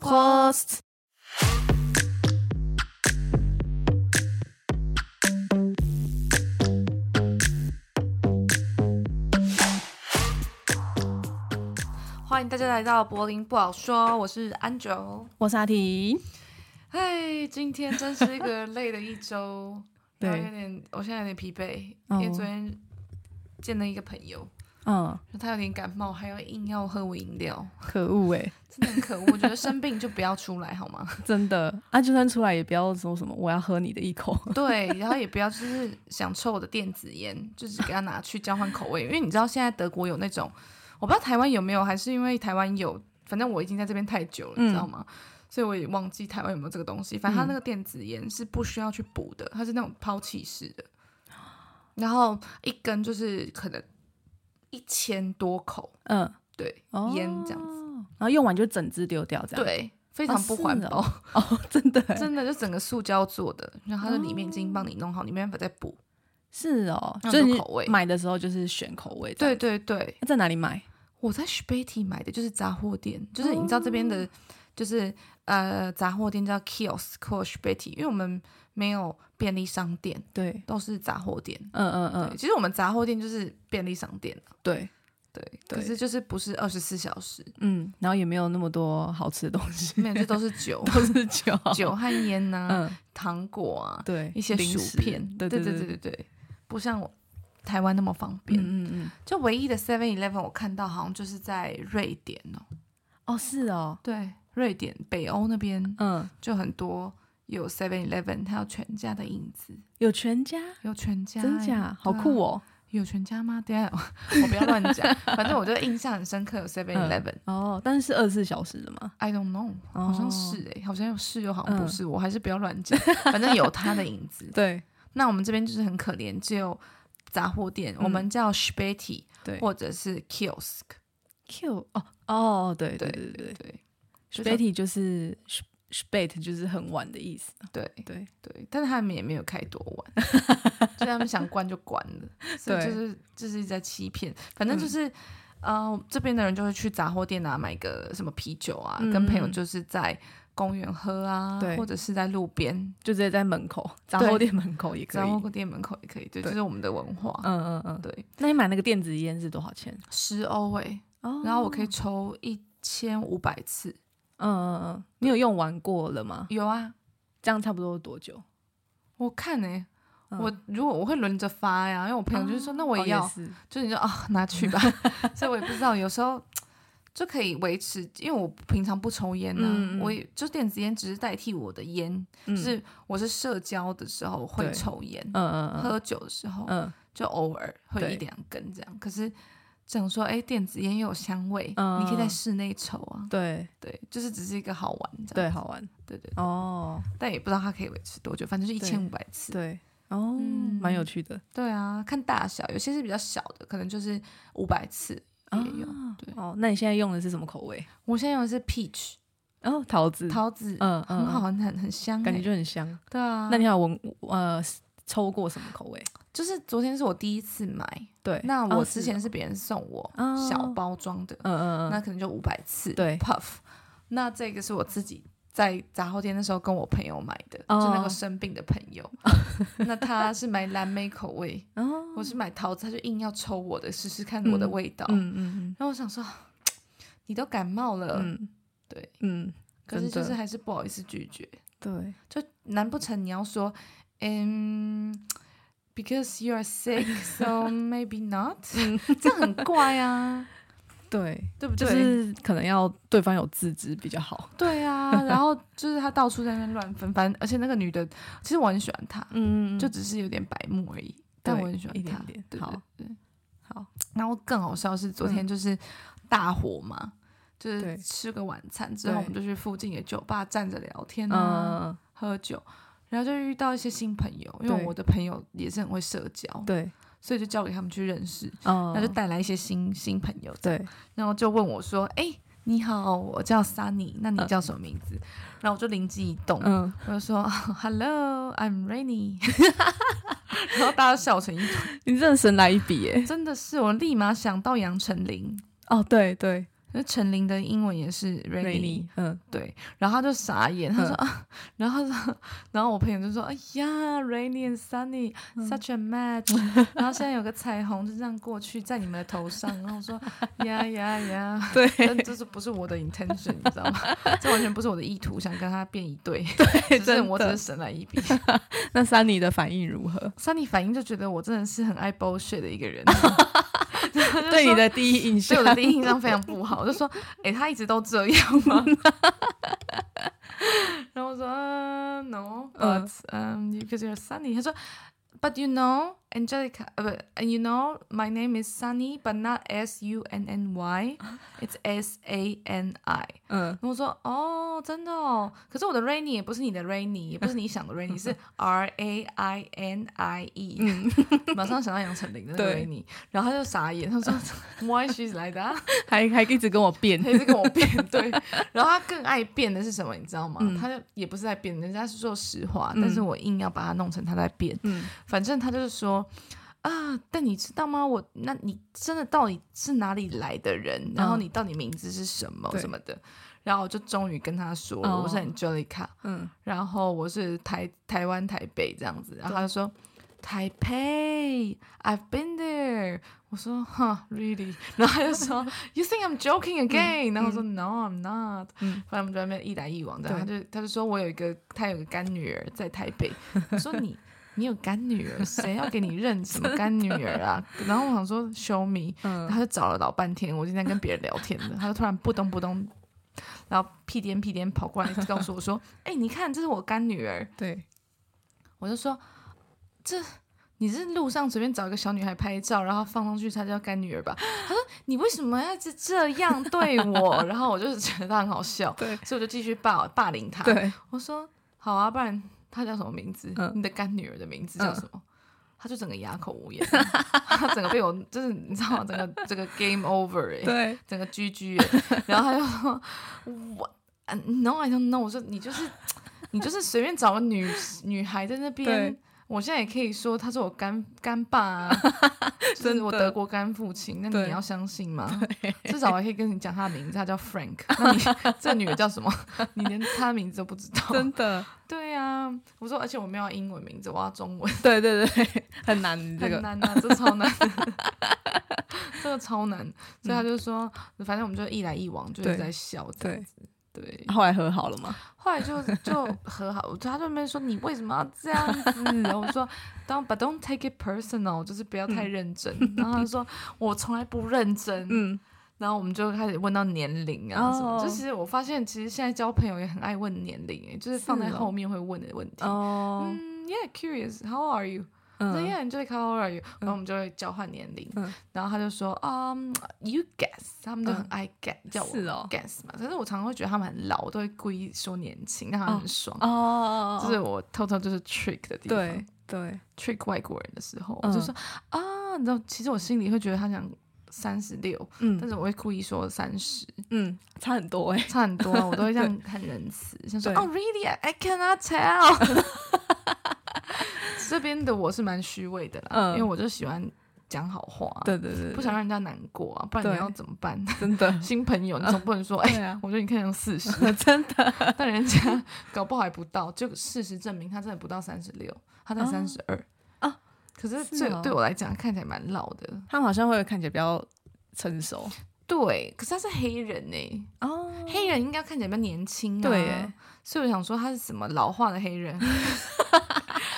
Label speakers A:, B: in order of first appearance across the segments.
A: Prost！欢迎大家来到柏林不好说，我是安九。
B: 我是阿婷，
A: 嗨，今天真是一个累的一 周，
B: 对
A: 然后有点，我现在有点疲惫，
B: 哦
A: 因为昨天见了一个朋友，
B: 嗯，
A: 他有点感冒，还要硬要喝我饮 料，
B: 可恶哎、
A: 真的很可恶。我觉得生病就不要出来好吗？
B: 真的啊，就算出来也不要说什么我要喝你的 一口，
A: 对，然后也不要就是想抽我的电子烟，就只给他拿去交换口味，因为你知道现在德国有那种，我不知道台湾有没有，还是因为台湾有，反正我已经在这边太久了，你知道吗？所以我也忘记台湾有没有这个东西。反正它那个电子烟是不需要去补的，它是那种抛弃式的，然后一根就是可能一千多口，
B: 嗯，
A: 对，
B: 哦
A: 烟这样子，
B: 然后用完就整只丢掉这样，，
A: 对，啊非常不
B: 是
A: 环
B: 哦
A: 保，
B: 哦，真的、欸，
A: 真的就整个塑胶做的，然后它的里面已经帮你弄好，你没办法再补。
B: 是哦，
A: 那
B: 所以
A: 很多
B: 你
A: 口味
B: 买的时候就是选口味这
A: 对
B: 样，啊
A: 对对，
B: 那在哪里买？
A: 我在 s p e t i 买的就是杂货店，就是你知道这边
B: 哦
A: 的，就是呃杂货店叫 kiosk 或 s p e t i 因为我们没有便利商店，
B: 对，
A: 都是杂货店。
B: 嗯嗯
A: 对
B: 嗯，
A: 其实我们杂货店就是便利商店啊
B: 对，
A: 对，
B: 对
A: 可是就是不是二十四小时，
B: 嗯，然后也没有那么多好吃的东西，
A: 没有，这都是酒、
B: 都 是酒，
A: 酒和烟呐、
B: 嗯，
A: 糖果啊，
B: 对，
A: 一些
B: 零
A: 薯
B: 食
A: 片，
B: 对
A: 对
B: 对
A: 对对对，不像我台湾那么方便。
B: 嗯嗯嗯，
A: 就唯一的 Seven Eleven 我看到好像就是在瑞典哦，
B: 哦是哦，
A: 对，瑞典北欧那边，
B: 嗯，
A: 就很多有 Seven Eleven，它有全家的影子，
B: 有全家，
A: 有全家、
B: 真假，好酷
A: 哦！
B: 哦，
A: 有全家吗？等一下 我不要乱讲，反正我就印象很深刻有 Seven Eleven。
B: 哦，但是是二十四小时的嘛，
A: I don't know，好像
B: 哦嗯
A: 是诶、好像有是又好像不是，我还是不要乱讲。 反正有它的影子。
B: 对
A: 那我们这边就是很可怜，只有杂货店，我们叫 s p e t i
B: 嗯对
A: 或者是 kiosk。
B: Q 哦哦，对
A: 对
B: 对对对
A: 对
B: 对
A: 对
B: ，spate 就是 spate 就是很晚的意思，
A: 对
B: 对，
A: 对，但是他们也没有开多 晚，就他们想关就关了，所以
B: 对嗯
A: 就是就是一直在欺骗。反正就是，呃，这边的人就会去杂货店啊买个什么啤酒啊，跟朋友
B: 嗯
A: 就是在公园喝啊，
B: 对
A: 或者是在路边
B: 就直接在门口杂
A: 对
B: 货店门口也可
A: 杂
B: 以。
A: 货店门口也可以。对，这
B: 对
A: 是我们的文化。
B: 嗯嗯嗯，
A: 对，
B: 那你买那个电子烟是多少钱？
A: 十欧诶，
B: 哦
A: 然后我可以抽一千五百次。
B: 嗯嗯嗯，你有用完过了吗？
A: 有啊，
B: 这样差不多多久？
A: 我看诶，
B: 嗯
A: 我如果我会轮着发呀，因为我朋友就是说，那我
B: 哦
A: 也要，
B: 是
A: 就你就啊、拿去吧， 所以我也不知道，有时候就可以维持，因为我平常不抽烟呢、啊
B: 嗯嗯
A: 我也就电子烟只是代替我的烟，
B: 嗯
A: 就是我是社交的时候会
B: 对
A: 抽烟，
B: 嗯嗯嗯
A: 喝酒的时候、
B: 嗯
A: 就偶尔会
B: 对
A: 一两根这样，可是。想说，哎、电子烟又有香味，
B: 嗯
A: 你可以在室内抽啊。
B: 对
A: 对，就是只是一个好玩这样。
B: 对，好玩
A: 对对对，
B: 哦，
A: 但也不知道它可以维持多久，反正是一
B: 对
A: 千五百次。
B: 对哦，
A: 嗯
B: 蛮有趣的，
A: 对啊，看大小，有些是比较小的，可能就是五百次也有。
B: 啊
A: 对，
B: 哦，那你现在用的是什么口味？
A: 我现在用的是 peach
B: 哦，桃子，
A: 桃子，
B: 嗯嗯，
A: 很好，
B: 嗯，
A: 很很很香欸，
B: 感觉就很香。
A: 对啊。
B: 那你还有闻呃抽过什么口味？
A: 就是昨天是我第一次买，
B: 对，
A: 那
B: 哦
A: 我
B: 是
A: 之前是别人送我
B: 哦
A: 小包装的，
B: 嗯嗯
A: 那
B: 嗯，
A: 可能就五百次
B: 对
A: puff。那这个是我自己在杂货店的时候跟我朋友买的，
B: 哦
A: 就那个生病的朋 友。那他是买蓝莓口味，
B: 然后
A: 我是买桃子，他就硬要抽我的，试试看我的
B: 嗯
A: 味道。
B: 嗯嗯
A: 然后我想说，你都感冒了，
B: 嗯嗯
A: 对，
B: 嗯，
A: 可是
B: 真
A: 就
B: 的
A: 是还是不好意思拒绝。
B: 对，
A: 就难不成你要说，嗯，because you are sick, so maybe not？这样很怪 啊，
B: 对，
A: 对不
B: 嗯就
A: 对？
B: 是可能要对方有自知比较好。
A: 对 啊，然后就是他到处在那边乱分，反正而且那个女的，其实我很喜欢她，
B: 嗯
A: 就只是有点白目而已，但我很喜欢
B: 一
A: 她
B: 点。点
A: 对
B: 好，
A: 对对
B: 好，嗯
A: 然后更好笑是昨天就是大火嘛。就是
B: 对
A: 吃个晚餐之后，
B: 对
A: 我们就去附近的酒吧站着聊天啊，
B: 嗯，
A: 喝酒，然后就遇到一些新朋友，因为
B: 对
A: 我的朋友也是很会社交，
B: 嗯对，
A: 所以就交给他们去认识，
B: 哦
A: 那就带来一些新新朋友，，
B: 对，
A: 然后就问我说：“哎、你好，我叫 Sunny，那你
B: 嗯
A: 叫什么名字？”然后我就灵机一动，
B: 嗯，
A: 我就说 ：“Hello，I'm Rainy。” 然后大家笑成一团，
B: 你真的神来一笔耶！
A: 真的是我立马想到杨丞琳，
B: 哦，对对，
A: 就那陈琳的英文也是
B: 瑞
A: Rainy，
B: 尼，嗯，
A: 对，然后他就傻眼，他说啊， 然后他说，然后我朋友就说，哎呀，Rainy and Sunny
B: 嗯
A: such a match，然后现在有个彩虹就这样过去在你们的头上，然后我说呀呀呀，
B: 对
A: 但这是不是我的 intention，你知道吗？ 这完全不是我的意图，想跟他变一对，只是
B: 真的
A: 我只是神来一笔。
B: 那珊妮的反应如何？
A: Sunny 反应就觉得我真的是很爱 bullshit 的一 个人，
B: 对你的第一印
A: 所以
B: 象
A: 我，的第一印象非常不好，我就说，哎、他一直都这样吗？ 然后我说、呃 n o b u
B: 嗯
A: t um, because you're Sunny。他说，But you know, Angelica，呃不，and you know, my name is Sunny, but not S U N N Y, it's S A N I。
B: 嗯
A: 然后我说，哦，真的哦，可是我的 Rainy 也不是你的 Rainy，也不是你想的 Rainy，是 R A I N I E。
B: 嗯，
A: 马上想到杨丞琳的那个
B: 对
A: Rainy，然后他就傻眼， 他说 Why she's like that？
B: 还还一直跟我辩
A: 他，一直跟我辩对，然后他更爱辩的是什么，你知道吗？
B: 嗯
A: 他就也不是在辩，人家是说实话，
B: 嗯
A: 但是我硬要把它弄成他在辩。
B: 嗯
A: 反正他就是说啊，但你知道吗？我那你真的到底是哪里来的人？然后你到底名字是什么
B: 对
A: 什么的？然后我就终于跟他说了，
B: 哦
A: 我是 Angelica，
B: 嗯，
A: 然后我是台台湾台北这样子，然后他就说。台北，I've been there。我说，哈，really？然后 他就 说，You think I'm joking again？、然后我说，No, I'm not。
B: 嗯
A: 反正我们就在那边一来一往这样，他
B: 对
A: 就他就说我有一个他有个干女儿在台北。我说你你有干女儿，谁要给你认什么干女儿啊？ 然后我想说，Show me。
B: 嗯
A: 他就找了老半天，我今天跟别人聊天的，他就突然不咚不咚，然后屁颠屁颠跑过来告诉我说：“哎、你看，这是我干女儿。
B: 对，”
A: 我就说：“这你是路上随便找一个小女孩拍照，然后放上去，她叫干女儿吧？”他说：“你为什么要这这样对我？” 然后我就是觉得他很好笑，
B: 对
A: 所以我就继续霸霸凌他。
B: 对，
A: 我说：“好啊，不然她叫什么名字？
B: 嗯
A: 你的干女儿的名字叫
B: 嗯
A: 什么？”他就整个哑口无言，他整个被我就是你知道吗？整个这个 game over 哎、
B: 对，
A: 整个居居 耶，然后他就说我啊 no I don't know，我说你就是你就是随便找个女女孩在那边
B: 对，
A: 我现在也可以说他是我干干爸、 啊，就
B: 真
A: 是
B: 的
A: 我德国干父亲，那
B: 对
A: 你要相信吗？至少我还可以跟你讲他的名字，他叫 Frank，那你这女的叫什么？你连他的名字都不知道？
B: 真的，
A: 对啊，我说而且我没有要英文名字，我要中文，
B: 对对对，很难，你这
A: 很
B: 个，
A: 难啊，这超难 的，这个超难，所以他就说，反正我们就一来一往，就一直
B: 嗯对
A: 在笑这样子。对，
B: 后来和好了吗？
A: 后来就就和好，他就在那边说你为什么要这样子？然后我说，Don't but don't take it personal，就是不要太认真。然后他就说，我从来不认真。
B: 嗯，
A: 然后我们就开始问到年龄啊什么。
B: 哦
A: 就其实我发现，其实现在交朋友也很爱问年龄、欸就是放在
B: 是哦
A: 后面会问的问题。
B: 哦，
A: 嗯，Yeah, curious, how are you? 那
B: 嗯，
A: yeah, Angelica, how old are you？然后我们就会交换年龄，
B: 嗯
A: 然后他就说，嗯、y o u guess，他们就很爱 guess，、叫我
B: 是哦
A: guess 嘛。但是我常常会觉得他们很老，我都会故意说年轻，让他们很爽。
B: 哦，
A: 这是我偷偷就是 trick 的地方
B: 对对，
A: ，trick 外国人的时候，
B: 嗯
A: 我就说啊，那其实我心里会觉得他想三十六，
B: 嗯
A: 但是我会故意说三十，
B: 嗯，差很多哎，
A: 差很多啊，我都会这 样很仁慈，想说
B: 对
A: 哦、r e a l l y I cannot tell 。这边的我是蛮虚伪的啦，
B: 嗯
A: 因为我就喜欢讲好话，啊
B: 对对对，
A: 不想让人家难过啊，不然你
B: 对
A: 要怎么办？，
B: 真的
A: 新朋友，你总不能说，哎、
B: 对啊，
A: 我觉得你看像四 十，
B: 真的，
A: 但人家搞不好还不到，就事实证明他真的不到三十六，他才
B: 哦
A: 三十二
B: 啊。
A: 可是
B: 是
A: 这
B: 哦
A: 对我来讲看起来蛮老的，
B: 他们好像会看起来比较成熟
A: 对，可是他是黑人呢、欸
B: 哦，
A: 黑人应该看起来比较年轻、啊，
B: 对耶，
A: 所以我想说他是什么老化的黑 人，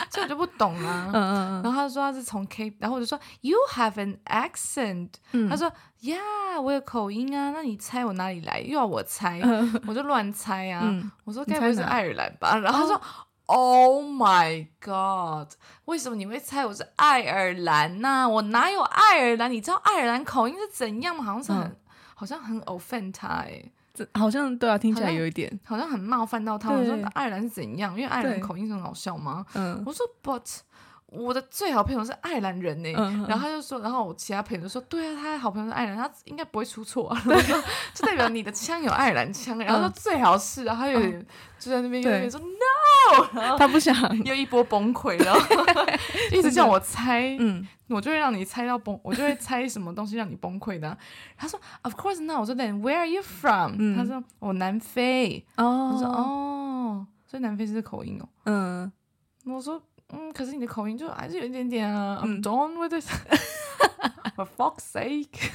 A: 这我就不懂啊。
B: 嗯嗯
A: 然后他就说他是从 K，然后我就说 You have an accent，、
B: 嗯
A: 他说 Yeah，我有口音啊，那你猜我哪里来？又要我 猜，
B: 嗯
A: 我就乱猜啊。
B: 嗯，
A: 我说
B: 你
A: 该不会是
B: 猜哪嗯
A: 爱尔兰吧？然后他说。Oh my god！为什么你会猜我是爱尔兰呐？我哪有爱尔兰？你知道爱尔兰口音是怎样吗？好像是很，
B: 嗯
A: 好像很 offend 他、欸，
B: 这好像对啊，听起
A: 好
B: 来
A: 像
B: 有一点，
A: 好像很冒犯到他。我说
B: 对
A: 爱尔兰是怎样？因为爱尔兰
B: 对
A: 口音是很好笑吗？
B: 嗯
A: 我说 But 我的最好朋友是爱尔兰人呢、
B: 嗯嗯
A: 然后他就说，然后我其他朋友就说，对啊，他的好朋友是爱尔兰，他应该不会出错、啊。 然后我说
B: 嗯
A: 就代表你的枪有爱尔兰枪，然后说最好是，然后他有点就在那边有点说 no，
B: 他不想，
A: 又一波崩溃， 然后一直叫我猜，
B: 嗯，
A: 我就会让你猜到崩，我就会猜什么东西让你崩溃的啊、他说，Of course not。我说，Then where are you from？、
B: 嗯
A: 他说，我南非。我说，
B: 哦，
A: 哦，所以南非是口音哦。
B: 嗯，
A: 我说，嗯，可是你的口音就还是有一点点啊。
B: 嗯
A: I'm done with this. For fuck's sake！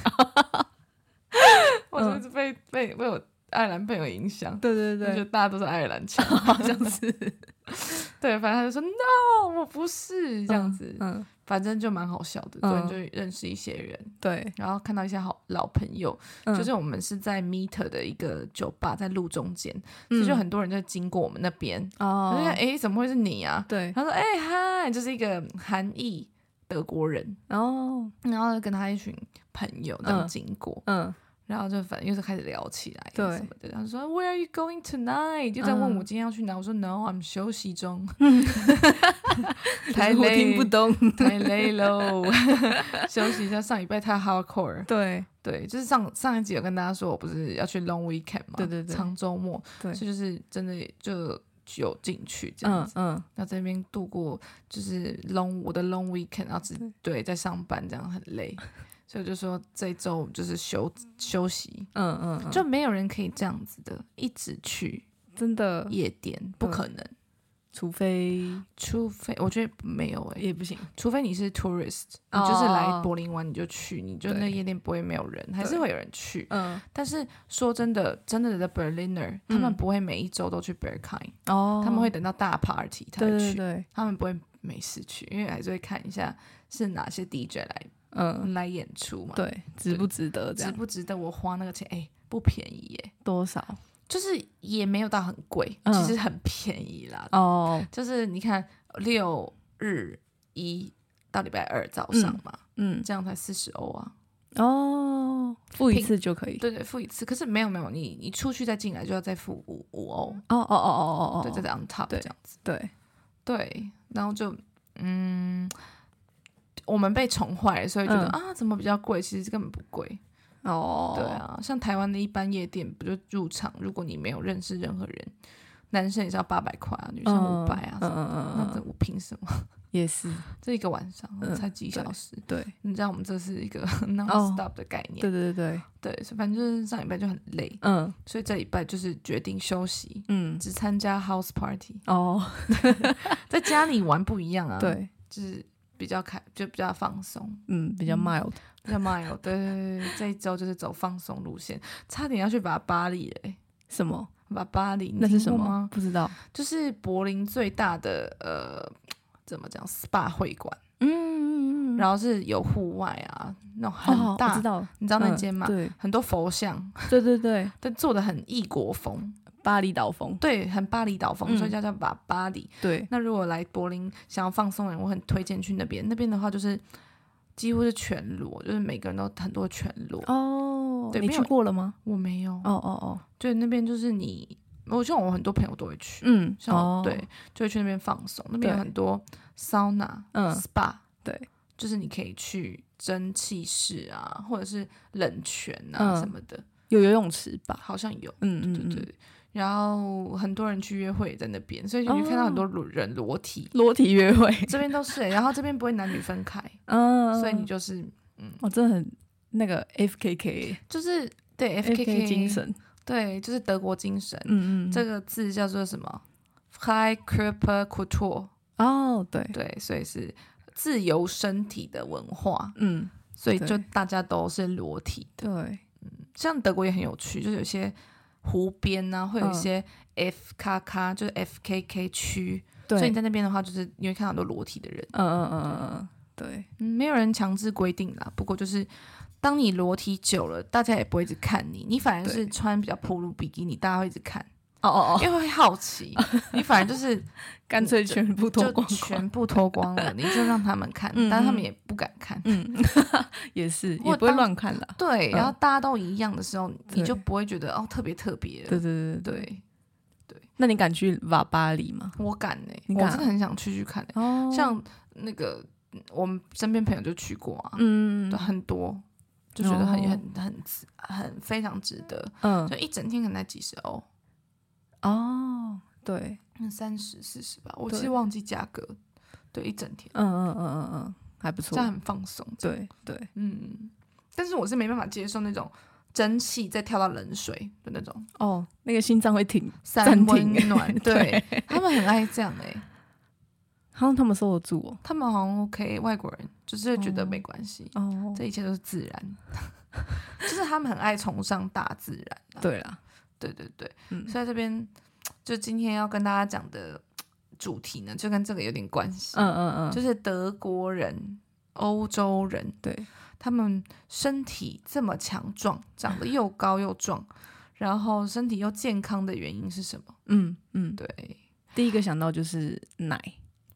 A: 我就一直被被被我爱尔兰朋友影响，
B: 对嗯对
A: 就觉得
B: 对，
A: 大家都是爱尔兰 腔。
B: 好像是
A: 对，反正他就说 No，我不是这样子。
B: 嗯，嗯
A: 反正就蛮好笑的，
B: 嗯
A: 对，就认识一些人，
B: 对，
A: 然后看到一些好老朋友，
B: 嗯
A: 就是我们是在 Meter 的一个酒吧，在路中间，所
B: 嗯
A: 以就很多人就经过我们那边，我就
B: 哦
A: 想，，哎，怎么会是你啊？
B: 对，
A: 他说，哎嗨，就是一个韩裔德国人，
B: 然后，
A: 然后跟他一群朋友这样
B: 嗯
A: 经过，
B: 嗯，
A: 然后就反正又是开始聊起来，
B: 对
A: 什么的。他说 Where are you going tonight？就在问
B: 嗯
A: 我今天要去哪，我说 No，I'm 休息中， 太
B: 台我
A: 累，
B: 听不懂，
A: 太累喽， 休息一下。上礼拜太 hardcore，
B: 对，
A: 对，就是上上一集有跟大家说，我不是要去 long weekend 嘛，
B: 对对对
A: 长周末，
B: 对
A: 所以就是真的就有进去这样
B: 嗯
A: 子，
B: 嗯，
A: 那、在那边度过就是 long 我的 long weekend，然后只对在上班这样很累，所以我就说这一周就是休休息，
B: 嗯嗯，嗯
A: 就没有人可以这样子的一直去
B: 真的，
A: 夜店，
B: 嗯
A: 不可能，
B: 除非
A: 除非我觉得没有哎、
B: 也不行，
A: 除非你是 tourist，你
B: 哦
A: 就是来柏林玩你就去，你就那
B: 对
A: 夜店不会没有人，还是会有人去。
B: 嗯，
A: 但是说真的，真的的 Berliner，他们
B: 嗯
A: 不会每一周都去 Berghain，、
B: 哦，
A: 他们会等到大 party 才
B: 对
A: 会
B: 对
A: 去，
B: 对，
A: 他们不会没事去，因为还是会看一下是哪些 DJ 来、
B: 嗯，
A: 来演出嘛，，
B: 对，值不值得
A: 值
B: 这样？
A: 不值得我花那个钱？哎、不便宜耶，
B: 多少？
A: 就是也没有到很贵，
B: 嗯
A: 其实很便宜啦，
B: 哦，
A: 就是你看六日一到礼拜二早上嘛，
B: 嗯，
A: 这样才四十欧啊。
B: 哦，付一
A: 拼
B: 次就可以。
A: 对对，付一次。可是没有没有，你你出去再进来就要再付五五欧，
B: 哦哦哦哦哦哦，
A: 对，
B: 对
A: 再 on top 这
B: 对
A: 样子。
B: 对，
A: 对，然后就嗯，我们被宠坏了，所以觉得、
B: 嗯
A: 啊，怎么比较贵？其实根本不贵。
B: 哦，
A: 对，啊，像台湾的一般夜店，不就入场，如果你没有认识任何人，男生也是要八百块啊，女生五百啊什
B: 嗯
A: 么。
B: 嗯嗯
A: 那
B: 嗯
A: 这
B: 嗯，
A: 我凭什么？
B: 也是，
A: 这一个晚上
B: 嗯
A: 才几小
B: 对
A: 时？
B: 对，
A: 你知道我们这是一 个 non stop 的概念，
B: 对对对对，
A: 对，所以反正就是上礼拜就很累，
B: 嗯
A: 所以这礼拜就是决定休息，
B: 嗯，
A: 只参加 house party，
B: 哦，
A: 在家里玩不一样啊，，
B: 对，
A: 就是比较开，就比较放松，
B: 嗯，比较 mild，
A: 比较 mild，对对对对，这一周就是走放松路线，差点要去把巴黎嘞、
B: 什么？
A: 把巴黎，你
B: 那是
A: 听
B: 什
A: 过
B: 么
A: 吗？？
B: 不知道。
A: 就是柏林最大的呃，怎么讲，SPA 会馆，
B: 嗯，
A: 然后是有户外啊，那种
B: 哦，
A: 很
B: 我
A: 大，
B: 知道了，
A: 你知道那
B: 嗯
A: 间吗？
B: 对
A: 很多佛像，
B: 对对对，
A: 但做的很异国风，
B: 巴厘岛风，
A: 对，很巴厘岛风，所以
B: 嗯
A: 叫叫把巴黎。
B: 对，
A: 那如果来柏林想要放松的人，我很推荐去那边。那边的话就是几乎是全裸，就是每个人都很多全裸。
B: 哦，
A: 对
B: 你
A: 没
B: 去
A: 有
B: 过了吗？
A: 我没有，
B: 哦哦哦，
A: 对，那边就是你，我像我很多朋友都会去，
B: 嗯，
A: 像我、
B: 哦，
A: 对，就会去那边放松。那边有
B: 对
A: 很多桑拿、
B: 嗯
A: SPA，
B: 对，
A: 就是你可以去蒸汽室啊，或者是冷泉啊
B: 嗯
A: 什么的，
B: 有游泳池吧？
A: 好像有，
B: 嗯嗯
A: 对
B: 嗯，
A: 对。然后很多人去约会也在那边，所以你会看到很
B: 哦
A: 多裸人裸体，
B: 裸体约会，
A: 这边都是、欸，然后这边不会男女分开，
B: 嗯，
A: 所以你就是
B: 我真的很那个 F K K
A: 就是对
B: F
A: FKK
B: 精，神，
A: 对，就是德国精神。
B: 嗯嗯，
A: 这个字叫做什么？High Creeper Culture，
B: 哦对，
A: 对，所以是自由身体的文化，
B: 嗯
A: 所以就
B: 对
A: 大家都是裸体的。
B: 对，
A: 像德国也很有趣，就是有些湖边呢、啊，会有一
B: 嗯
A: 些 F 咔咔，就是 FKK 区，
B: 对，
A: 所以你
B: 嗯
A: 在那边的话，就是你会看到很多裸体的人。
B: 嗯嗯嗯嗯，对，
A: 嗯，没有人强制规定啦，不过就是当你裸体久了，大家也不会一直看你，你反而是
B: 对
A: 穿比较暴露比基尼，大家会一直看，
B: 哦哦哦，
A: 因为会好奇。你反而就是
B: 干脆全部脱
A: 就
B: 光光，
A: 全部脱光了，你就让他们看，
B: 嗯
A: 但他们
B: 嗯
A: 也不敢看。
B: 嗯，也是，
A: 或
B: 也不会
A: 当
B: 乱看啦。
A: 对，然后
B: 嗯
A: 大家都一样的时候，你
B: 对
A: 就不会觉得哦特别特别了。
B: 对对对对对，
A: 对
B: 那你敢去瓦巴黎吗？
A: 我敢呢、
B: 你
A: 我
B: 敢
A: 真的很想去去看、欸。
B: 哦
A: 像那个嗯我们身边朋友就去过啊，
B: 嗯
A: 对，很多就觉得很
B: 哦
A: 很很很非常值得。
B: 嗯
A: 就一整天可能才几十欧，
B: 哦，对，
A: 三十四十吧，我
B: 对
A: 其实忘记价格，对，一整天，
B: 嗯嗯嗯嗯嗯，还不
A: 这
B: 错
A: 样。很放松。这样，
B: 对对，
A: 嗯，但是我是没办法接受那种蒸汽再跳到冷水的那种
B: 哦，那个心脏会 停。
A: 三
B: 暂
A: 温
B: 停
A: 暖，对他们很爱这样哎、
B: 好像他们收得住哦。
A: 他们好像 OK，外国人就是觉得
B: 哦
A: 没关系，
B: 哦，
A: 这一切都是自然， 就是他们很爱崇尚大自然、啊。
B: 对啦，
A: 对对对，
B: 嗯
A: 所以这边就今天要跟大家讲的主题呢，就跟这个有点关系，
B: 嗯嗯嗯，
A: 就是德国人、欧洲人
B: 对，
A: 他们身体这么强壮，长得又高又 壮，然后身体又健康的原因是什么？
B: 嗯嗯，
A: 对
B: 第一个想到就是奶，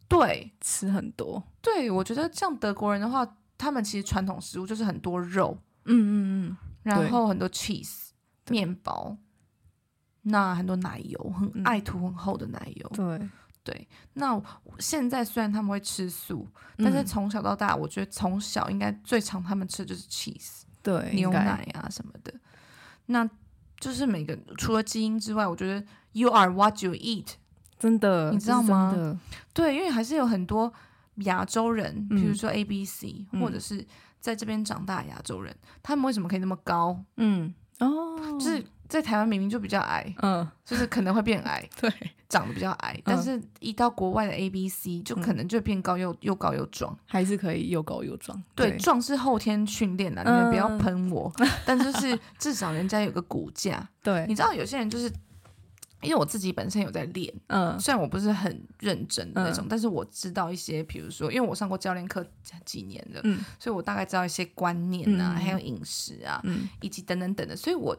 A: 对
B: 吃很多。
A: 对，我觉得像德国人的话，他们其实传统食物就是很多肉，
B: 嗯嗯
A: 然
B: 对
A: 后很多 cheese
B: 对
A: 面包，那很多奶油，很
B: 嗯
A: 爱涂很厚的奶油
B: 嗯，。对。
A: 对，那我现在虽然他们会吃素，但是
B: 嗯
A: 从小到大，我觉得从小应该最常他们吃的就是 cheese、
B: 对
A: 牛，
B: 应该
A: 奶啊什么的。那就是每个除了基因之外，我觉得 you are what you eat。
B: 真的，
A: 你知道吗
B: 这是真的
A: 对，因为还是有很多亚洲人，比如
B: 嗯
A: 说 A B C，、
B: 嗯
A: 或者是在这边长大的亚洲人，他们为什么可以那么高？
B: 嗯，哦，
A: 就是在台湾明明就比较矮，
B: 嗯，
A: 就是可能会变矮，
B: 对，
A: 长得比较
B: 嗯
A: 矮，但是一到国外的 A B C 就可能就变高又、又高又壮。
B: 还是可以又高又壮。
A: 对，壮是后天训练啦，你
B: 嗯
A: 们不要喷我。但就是至少人家有个骨架，你
B: 对，
A: 知道有些人就是，因为我自己本身有在练，
B: 嗯
A: 虽然我不是很认真的那种，但是我知道一些，比如说，因为我上过教练课几年了，
B: 嗯
A: 所以我大概知道一些观念啊，
B: 嗯
A: 还有饮食啊，
B: 嗯
A: 以及等等等的，所以我。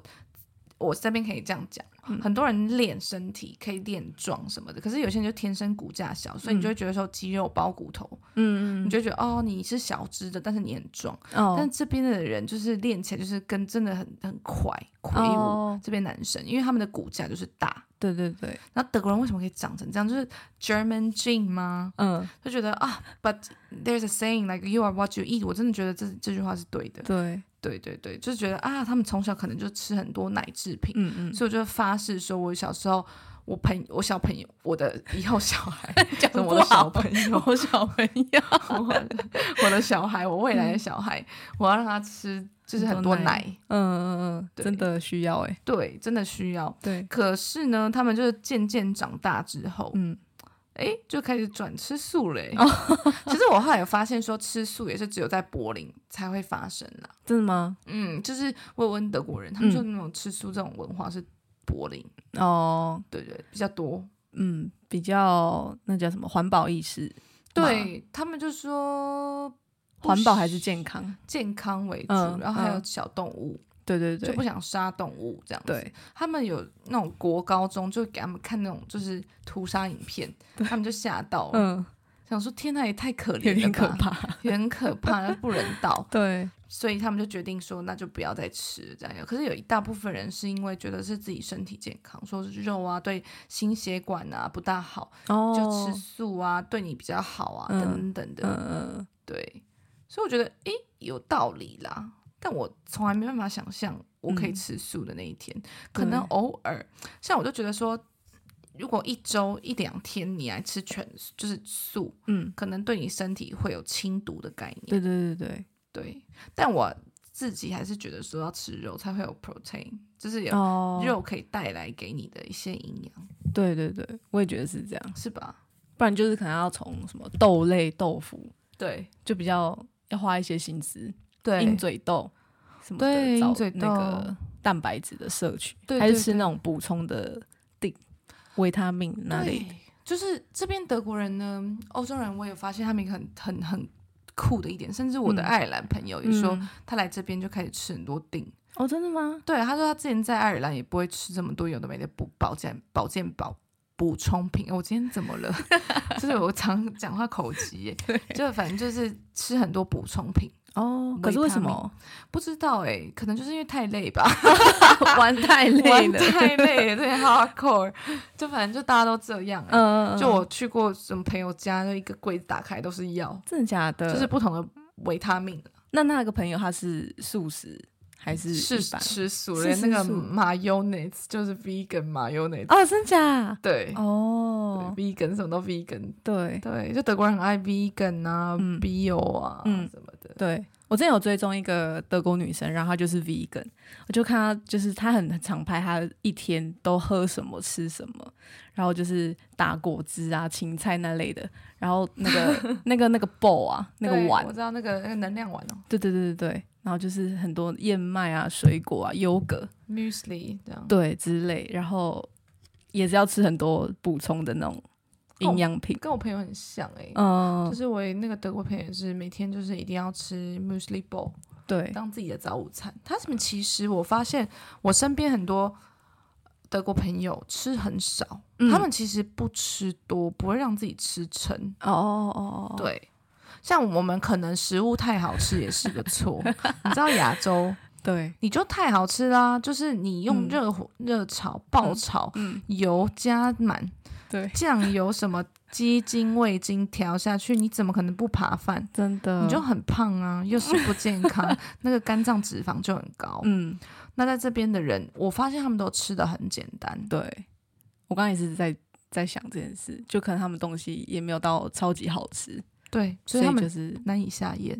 A: 我这边可以这样讲，
B: 嗯
A: 很多人练身体可以练壮什么的，可是有些人就天生骨架小，所以你就会觉得说肌肉包骨头，
B: 嗯
A: 你就会觉得哦你是小只的，但是你很壮。
B: 嗯，哦
A: 但，这边的人就是练起来就是跟真的很很快魁梧，
B: 哦
A: 这边男生，因为他们的骨架就是大。
B: 对对对，
A: 然后德国人为什么可以长成这样？就是 German gene 吗？
B: 嗯，
A: 就觉得啊，But there's a saying like you are what you eat。我真的觉得这这句话是对的。
B: 对，
A: 对对对，就是觉得啊，他们从小可能就吃很多奶制品，
B: 嗯 嗯，
A: 所以我就发誓说，我小时候，我朋我小朋友，我的以后小 孩，
B: 讲
A: 我
B: 不
A: 的小
B: 好
A: 朋友，
B: 我小朋友，
A: 我我的小孩，我未来的小孩，我要让他吃就是很多奶，
B: 嗯嗯嗯，
A: 对
B: 真的需要哎，
A: 对，真的需要。
B: 对，
A: 可是呢，他们就是渐渐长大之后，
B: 嗯，
A: 哎、就开始转吃素嘞、
B: 哦
A: 其实我后来有发现，说吃素也是只有在柏林才会发生啦。
B: 真的吗？
A: 嗯，就是我有问德国人，他们说
B: 嗯
A: 那种吃素这种文化是柏林，
B: 哦，
A: 对对，比较多。
B: 嗯，比较那叫什么环保意识，
A: 对他们就说
B: 环保还是健康？
A: 健康为主，
B: 嗯
A: 然后还有
B: 嗯
A: 小动物，
B: 对对
A: 就
B: 对
A: 不，想杀动物这样子。
B: 对，
A: 他们有那种国高中就给他们看那种就是屠杀影片，他们就吓到了，
B: 嗯，
A: 想说天呐，也太可怜了，
B: 有点可，怕，
A: 有点可怕，不人道，
B: 对，
A: 所以他们就决定说那就不要再吃这样。可是有一大部分人是因为觉得是自己身体健康，说是肉啊对心血管啊不大好，
B: 哦，
A: 就吃素啊对你比较好啊、
B: 嗯
A: 等等的，
B: 嗯嗯嗯，
A: 对，所以我觉得诶有道理啦，但我从来没办法想象我可以
B: 嗯
A: 吃素的那一天，可能
B: 对
A: 偶尔，像我就觉得说，如果一周一两天你来吃全就是素，
B: 嗯，
A: 可能对你身体会有清毒的概念，
B: 对对对对
A: 对，但我自己还是觉得说要吃肉才会有 protein，就是
B: 对，
A: 有
B: 哦，
A: 肉可以带来给你的一些营养，
B: 对对对，我也觉得是这样，
A: 是吧？
B: 不然就是可能要从什么豆类、豆腐，
A: 对
B: 就比较要花一些心思，
A: 对
B: 鹰嘴豆什么的，
A: 对
B: 找
A: 鹰嘴
B: 那个蛋白质的摄取，
A: 对
B: 还是
A: 对
B: 吃
A: 对
B: 那种补充的锭、维他命那
A: 对，
B: 类的，
A: 就是这边德国人呢，欧洲人，我有发现他们一个很很很酷的一点，甚至我的
B: 嗯
A: 爱尔兰朋友也
B: 嗯
A: 说，他来这边就开始吃很多锭。
B: 哦，真的吗？
A: 对，他说他之前在爱尔兰也不会吃这么多有的没的补保健保健保补充品。我今天怎么了？ 就是我常讲话口急 耶，就反正就是吃很多补充品，
B: 哦，
A: 维
B: 可是为
A: 他
B: 什
A: 命
B: 么
A: 不知道哎，可能就是因为太累吧。
B: 玩 太累
A: 玩
B: 了？
A: 太累了，对 hardcore，就反正就大家都这样、欸。
B: 嗯，嗯
A: 就我去过什么朋友家，就一个柜子打开都是药，
B: 真的假的？
A: 就是不同的维他命。
B: 那那个朋友他是素食还是
A: 是
B: 一般？
A: 吃素，
B: 是
A: 连那个
B: 吃素
A: mayonnaise 就是 vegan mayonnaise，、
B: 哦，真假？
A: 对、
B: 哦，
A: 对，vegan 什么都 vegan，
B: 对
A: 对，就德国人很爱 vegan 啊、
B: 嗯
A: bio 啊、
B: 嗯
A: 什么的，
B: 对，我之前有追踪一个德国女生，然后她就是 vegan，我就看她就是她很常拍她一天都喝什么吃什么，然后就是打果汁啊、芹菜那类的，然后 那个那个那个 bowl 啊，那个
A: 对
B: 碗
A: 我，知道那个那个能量碗哦
B: 对对对对对，然后就是很多燕麦啊、水果啊、优格，
A: ，muesli 这样。
B: 对之类，然后也是要吃很多补充的那种营养品。
A: 跟我朋友很像哎、
B: 嗯、
A: 哦就是我那个德国朋友也是每天就是一定要吃 muesli bowl
B: 对，
A: 当自己的早午餐。他们其实我发现我身边很多德国朋友吃很少，
B: 嗯
A: 他们其实不吃多，不会让自己吃撑。
B: 哦哦哦，哦，
A: 对，像我们可能食物太好吃也是个错，你知道亚洲
B: 对，
A: 你就太好吃啦，就是你用
B: 嗯
A: 热火、热炒、爆炒、
B: 嗯，
A: 油加满
B: 对，
A: 酱油什么鸡精、味精调下去，你怎么可能不扒饭？
B: 真的，
A: 你就很胖啊， 又是不健 康，那个肝脏脂肪就很高。
B: 嗯，
A: 那在这边的人，我发现他们都吃的很简单，
B: 对，我刚刚也是在在想这件事，就可能他们东西也没有到超级好吃，
A: 对，所
B: 所
A: 以他
B: 以
A: 们
B: 就是
A: 难以下 咽，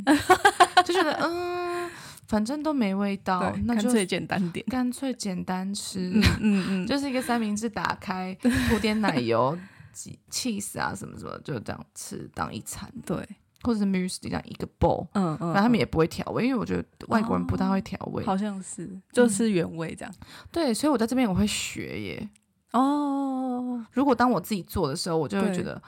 A: 就觉得嗯，反正都没味道，
B: 对，
A: 那
B: 干
A: 就
B: 脆简单点。
A: 干脆简单吃，
B: 嗯嗯 嗯，
A: 就是一个三明治打 开，涂点奶油、挤 cheese 啊什么什么，就这样吃当一餐，
B: 对，
A: 或者是 muesli 这样一个 bowl，
B: 嗯嗯，
A: 反正他们
B: 也
A: 也不会调味，因为我觉得外国人不太会调味。
B: 好像是就吃原味这样。
A: 对，所以我在这边我会学耶。
B: 哦，
A: 如果当我自己做的时候，我就会
B: 对
A: 觉得。啊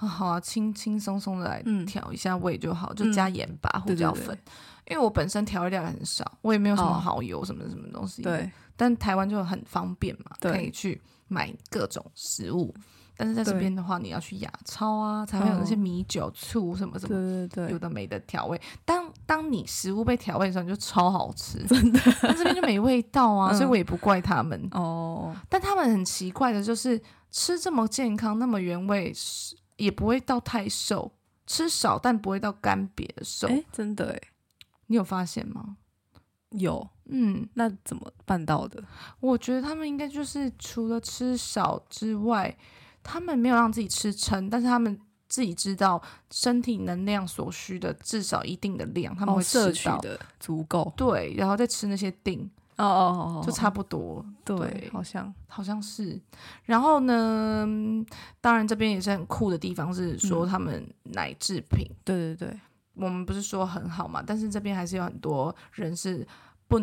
A: 好啊，轻轻松松的来
B: 嗯
A: 调一下味就好，就
B: 嗯
A: 加盐巴、胡
B: 对对
A: 椒
B: 对
A: 粉。因为我本身调味料也很少，我也没有什么
B: 哦
A: 蚝油什么什么东西。，
B: 对，
A: 但台湾就很方便嘛，
B: 对
A: 可以去买各种食物。但是在这
B: 对
A: 边的话，你要去亚超啊，才会有那些
B: 哦
A: 米酒、醋什么什
B: 对
A: 么，
B: 对对
A: 有
B: 对，
A: 的没的调味。当当你食物被调味的时候，你就超好吃，真的。但这边就没味道啊，所以
B: 嗯
A: 我也不怪他们。
B: 哦，
A: 但他们很奇怪的就是吃这么健康、那么原味，是也不会到太瘦，吃少但不会到干瘪的瘦。
B: 哎，真的哎，
A: 你有发现吗？
B: 有，
A: 嗯，
B: 那怎么办到的？
A: 我觉得他们应该就是除了吃少之外，他们没有让自己吃撑，但是他们自己知道身体能量所需的至少一定的量，他们
B: 哦
A: 会
B: 摄
A: 吃
B: 取
A: 到。
B: 的足够。
A: 对，然后再吃那些定，
B: 哦哦哦，
A: 就差不多。对
B: 对，好像
A: 好像是。然后呢，嗯当然这边也是很酷的地方，是说
B: 嗯
A: 他们奶制品，
B: 对对对，
A: 我们不是说很好嘛，但是这边还是有很多人是不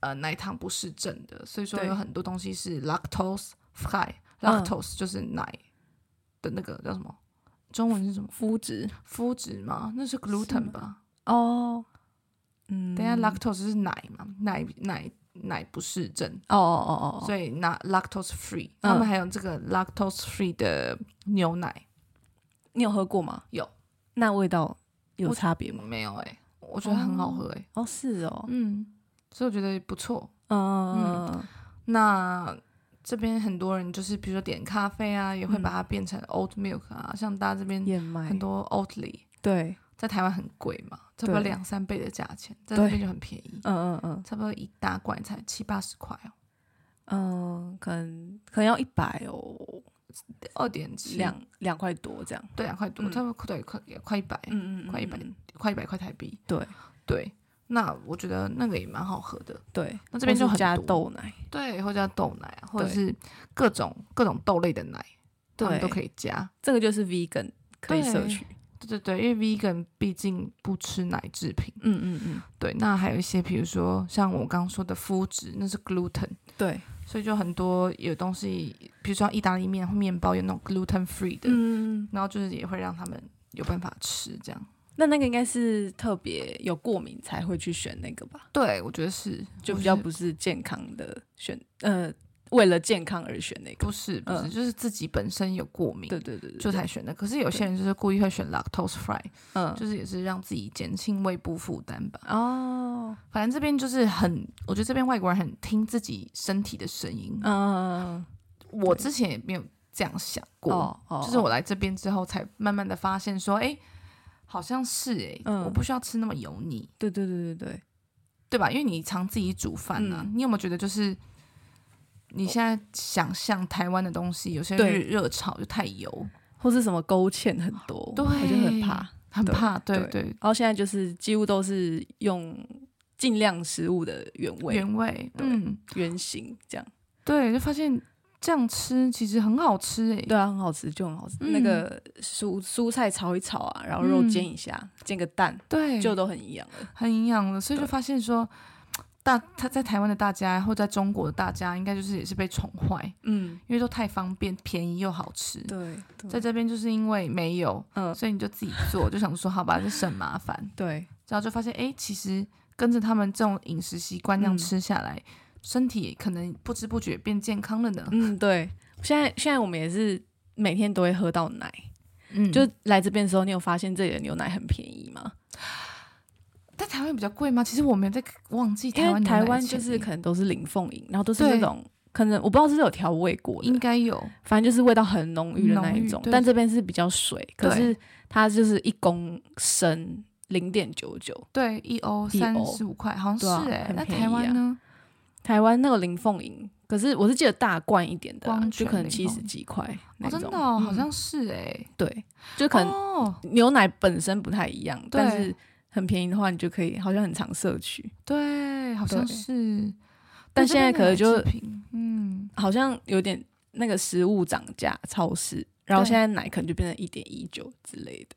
A: 呃奶糖不适症的，所以说
B: 对
A: 有很多东西是 lactose free，lactose、
B: 嗯
A: lactose 就是奶的那个叫什么？中文是什么？
B: 肤质
A: 麸质吗？那是 gluten 吧？
B: 哦，嗯，
A: 等一下 lactose 是奶嘛，奶奶奶不适症。
B: 哦哦哦嗯哦，
A: 所以拿 lactose free，、他们还有这个 lactose free 的牛奶，
B: 你有喝过吗？
A: 有，
B: 那味道有差别吗？
A: 没有哎、我觉得很好喝哎、
B: 哦，是哦，
A: 嗯，所以我觉得不错。
B: 嗯，
A: 那这边很多人就是比如说点咖啡啊，也
B: 嗯
A: 会把它变成 oat milk 啊，像大家这边
B: 燕麦
A: 很多 oatly，
B: 对，
A: 在台湾很贵嘛，差不多
B: 对
A: 两三倍的价钱，在这边
B: 对
A: 就很便宜，
B: 嗯嗯嗯
A: 差不多一大罐才七八十块哦，
B: 嗯，可能可能要一百哦，
A: 二点七
B: 两两块多这样，
A: 对两块多，
B: 嗯
A: 差不多对快也快一百，
B: 嗯
A: 快一百快一百块台币。
B: 对
A: 对，那我觉得那个也蛮好喝的。
B: 对，
A: 那这边就
B: 或是
A: 很
B: 加
A: 多
B: 豆奶，
A: 对，或加豆奶啊，或者
B: 对
A: 是各种各种豆类的奶，他们都
B: 对
A: 可以加。
B: 这个就是 vegan 可以
A: 对
B: 摄取，
A: 对对对，因为 vegan 毕竟不吃奶制品。
B: 嗯嗯嗯，
A: 对，那还有一些，比如说像我刚刚说的麸质，那是 gluten，
B: 对，
A: 所以就很多有东西，比如说意大利面或面包有那种 gluten free 的，
B: 嗯，
A: 然后就是也会让他们有办法吃这样。
B: 那那个应该是特别有过敏才会去选那个吧？
A: 对，我觉得是，
B: 就
A: 我
B: 比较
A: 是
B: 不是健康的选，呃，为了健康而选那个。
A: 不是不是，
B: 嗯
A: 就是自己本身有过敏，
B: 对对对对，
A: 就才选的。可是有些人就是故意会选 lactose free，
B: 嗯，
A: 就是也是让自己减轻胃部负担吧。
B: 哦，
A: 反正这边就是很，我觉得这边外国人很听自己身体的声音。
B: 嗯，
A: 我
B: 对
A: 之前也没有这样想过，
B: 哦哦，
A: 就是我来这边之后才慢慢的发现说，哎、好像是哎、
B: 嗯
A: 我不需要吃那么油腻。
B: 对对对对对，
A: 对吧？因为你常自己煮饭啊，
B: 嗯
A: 你有没有觉得就是你现在想象台湾的东西，有些
B: 对
A: 热热炒就太油，
B: 或是什么勾芡很多，
A: 对
B: 我就很怕。
A: 很
B: 对
A: 怕。对
B: 对
A: 对，
B: 然后现在就是几乎都是用尽量食物的原味、
A: 原味，
B: 对
A: 嗯，
B: 原型这样。
A: 对，就发现这样吃其实很好吃欸诶、
B: 对啊，很好吃，就很好吃。
A: 嗯
B: 那个蔬蔬菜炒一炒啊，然后肉
A: 嗯
B: 煎一下，煎个蛋，
A: 对，
B: 就都很一样了。
A: 很营养的，所以就
B: 对
A: 发现说，大他在台湾的大家或在中国的大家，应该就是也是被宠坏，
B: 嗯，
A: 因为都太方便、便宜又好吃。
B: 对，对
A: 在这边就是因为没有，
B: 嗯
A: 所以你就自己做，就想说好吧，就省麻烦。
B: 对
A: 然后就发现，哎，其实跟着他们这种饮食习惯这样
B: 嗯
A: 吃下来，身体可能不知不觉变健康了呢。
B: 嗯，对。现在现在我们也是每天都会喝到奶，
A: 嗯，
B: 就来这边的时候，你有发现这里的牛奶很便宜吗？
A: 在台湾比较贵吗？其实我没有在忘记台
B: 因为
A: 湾牛
B: 台
A: 奶
B: 湾
A: 的
B: 就
A: 钱欸
B: 是
A: 耶
B: 可能都是零凤饮，然后都是
A: 对
B: 那种可能我不知道是不是有调味过
A: 应
B: 的，
A: 该有，
B: 反正就是味道很浓郁的那
A: 浓郁
B: 一种
A: 对。
B: 但这边是比较水，可
A: 对
B: 是它就是一公升零点九九。
A: 对，一欧
B: 一
A: 三
B: 欧
A: 十五块，好像
B: 对啊
A: 是哎。
B: 很
A: 那
B: 便
A: 台
B: 宜
A: 湾
B: 啊
A: 呢？
B: 台湾那个零凤饮，可是我是记得大罐一点的啦
A: 光，
B: 就
A: 泉
B: 可能
A: 林
B: 七十
A: 凤
B: 几块那
A: 哦，
B: 种。
A: 真的、哦，好
B: 嗯
A: 像是哎、
B: 对，就可能
A: 哦，
B: 牛奶本身不太一样，
A: 对
B: 但是很便宜的话，你就可以好像很常摄取。
A: 对，好像
B: 对
A: 是。
B: 但
A: 对这
B: 现在
A: 边的
B: 可能
A: 奶
B: 就
A: 制品嗯，
B: 好像有点那个食物涨价，超市，然后
A: 对
B: 现在奶可能就变成一点一九之类的。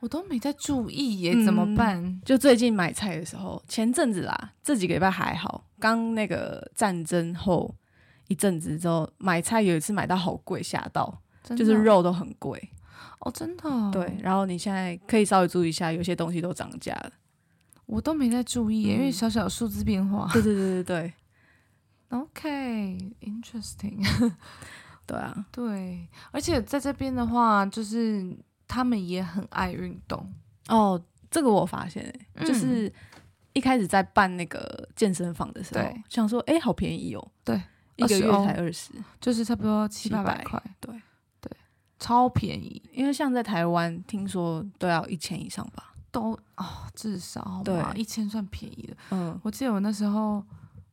A: 我都没在注意耶，怎么
B: 嗯
A: 办？
B: 就最近买菜的时候，前阵子啦，这几个礼拜还好，刚那个战争后一阵子之后，买菜有一次买到好贵，吓到，
A: 真
B: 就是
A: 的哦
B: 肉都很贵。
A: 哦，真的、哦，
B: 对，，然后你现在可以稍微注意一下，有些东西都涨价了。
A: 我都没在注意耶，因为
B: 嗯
A: 小小的数字变化。
B: 对对对对对
A: OK，interesting，、
B: 对啊！
A: 对，而且在这边的话，就是他们也很爱运动，
B: 哦，这个我发现、欸
A: 嗯
B: 就是一开始在办那个健身房的时候
A: 对，
B: 想说，哎、好便宜哦，
A: 对，
B: 一个
A: 20
B: 月
A: 欧
B: 才二十，
A: 就是差不多七八百
B: 700
A: 块，
B: 对
A: 对，超便宜，
B: 因为像在台湾，听说都要一千以上吧，
A: 都哦，至少好
B: 对
A: 吗一千算便宜的。
B: 嗯，
A: 我记得我那时候，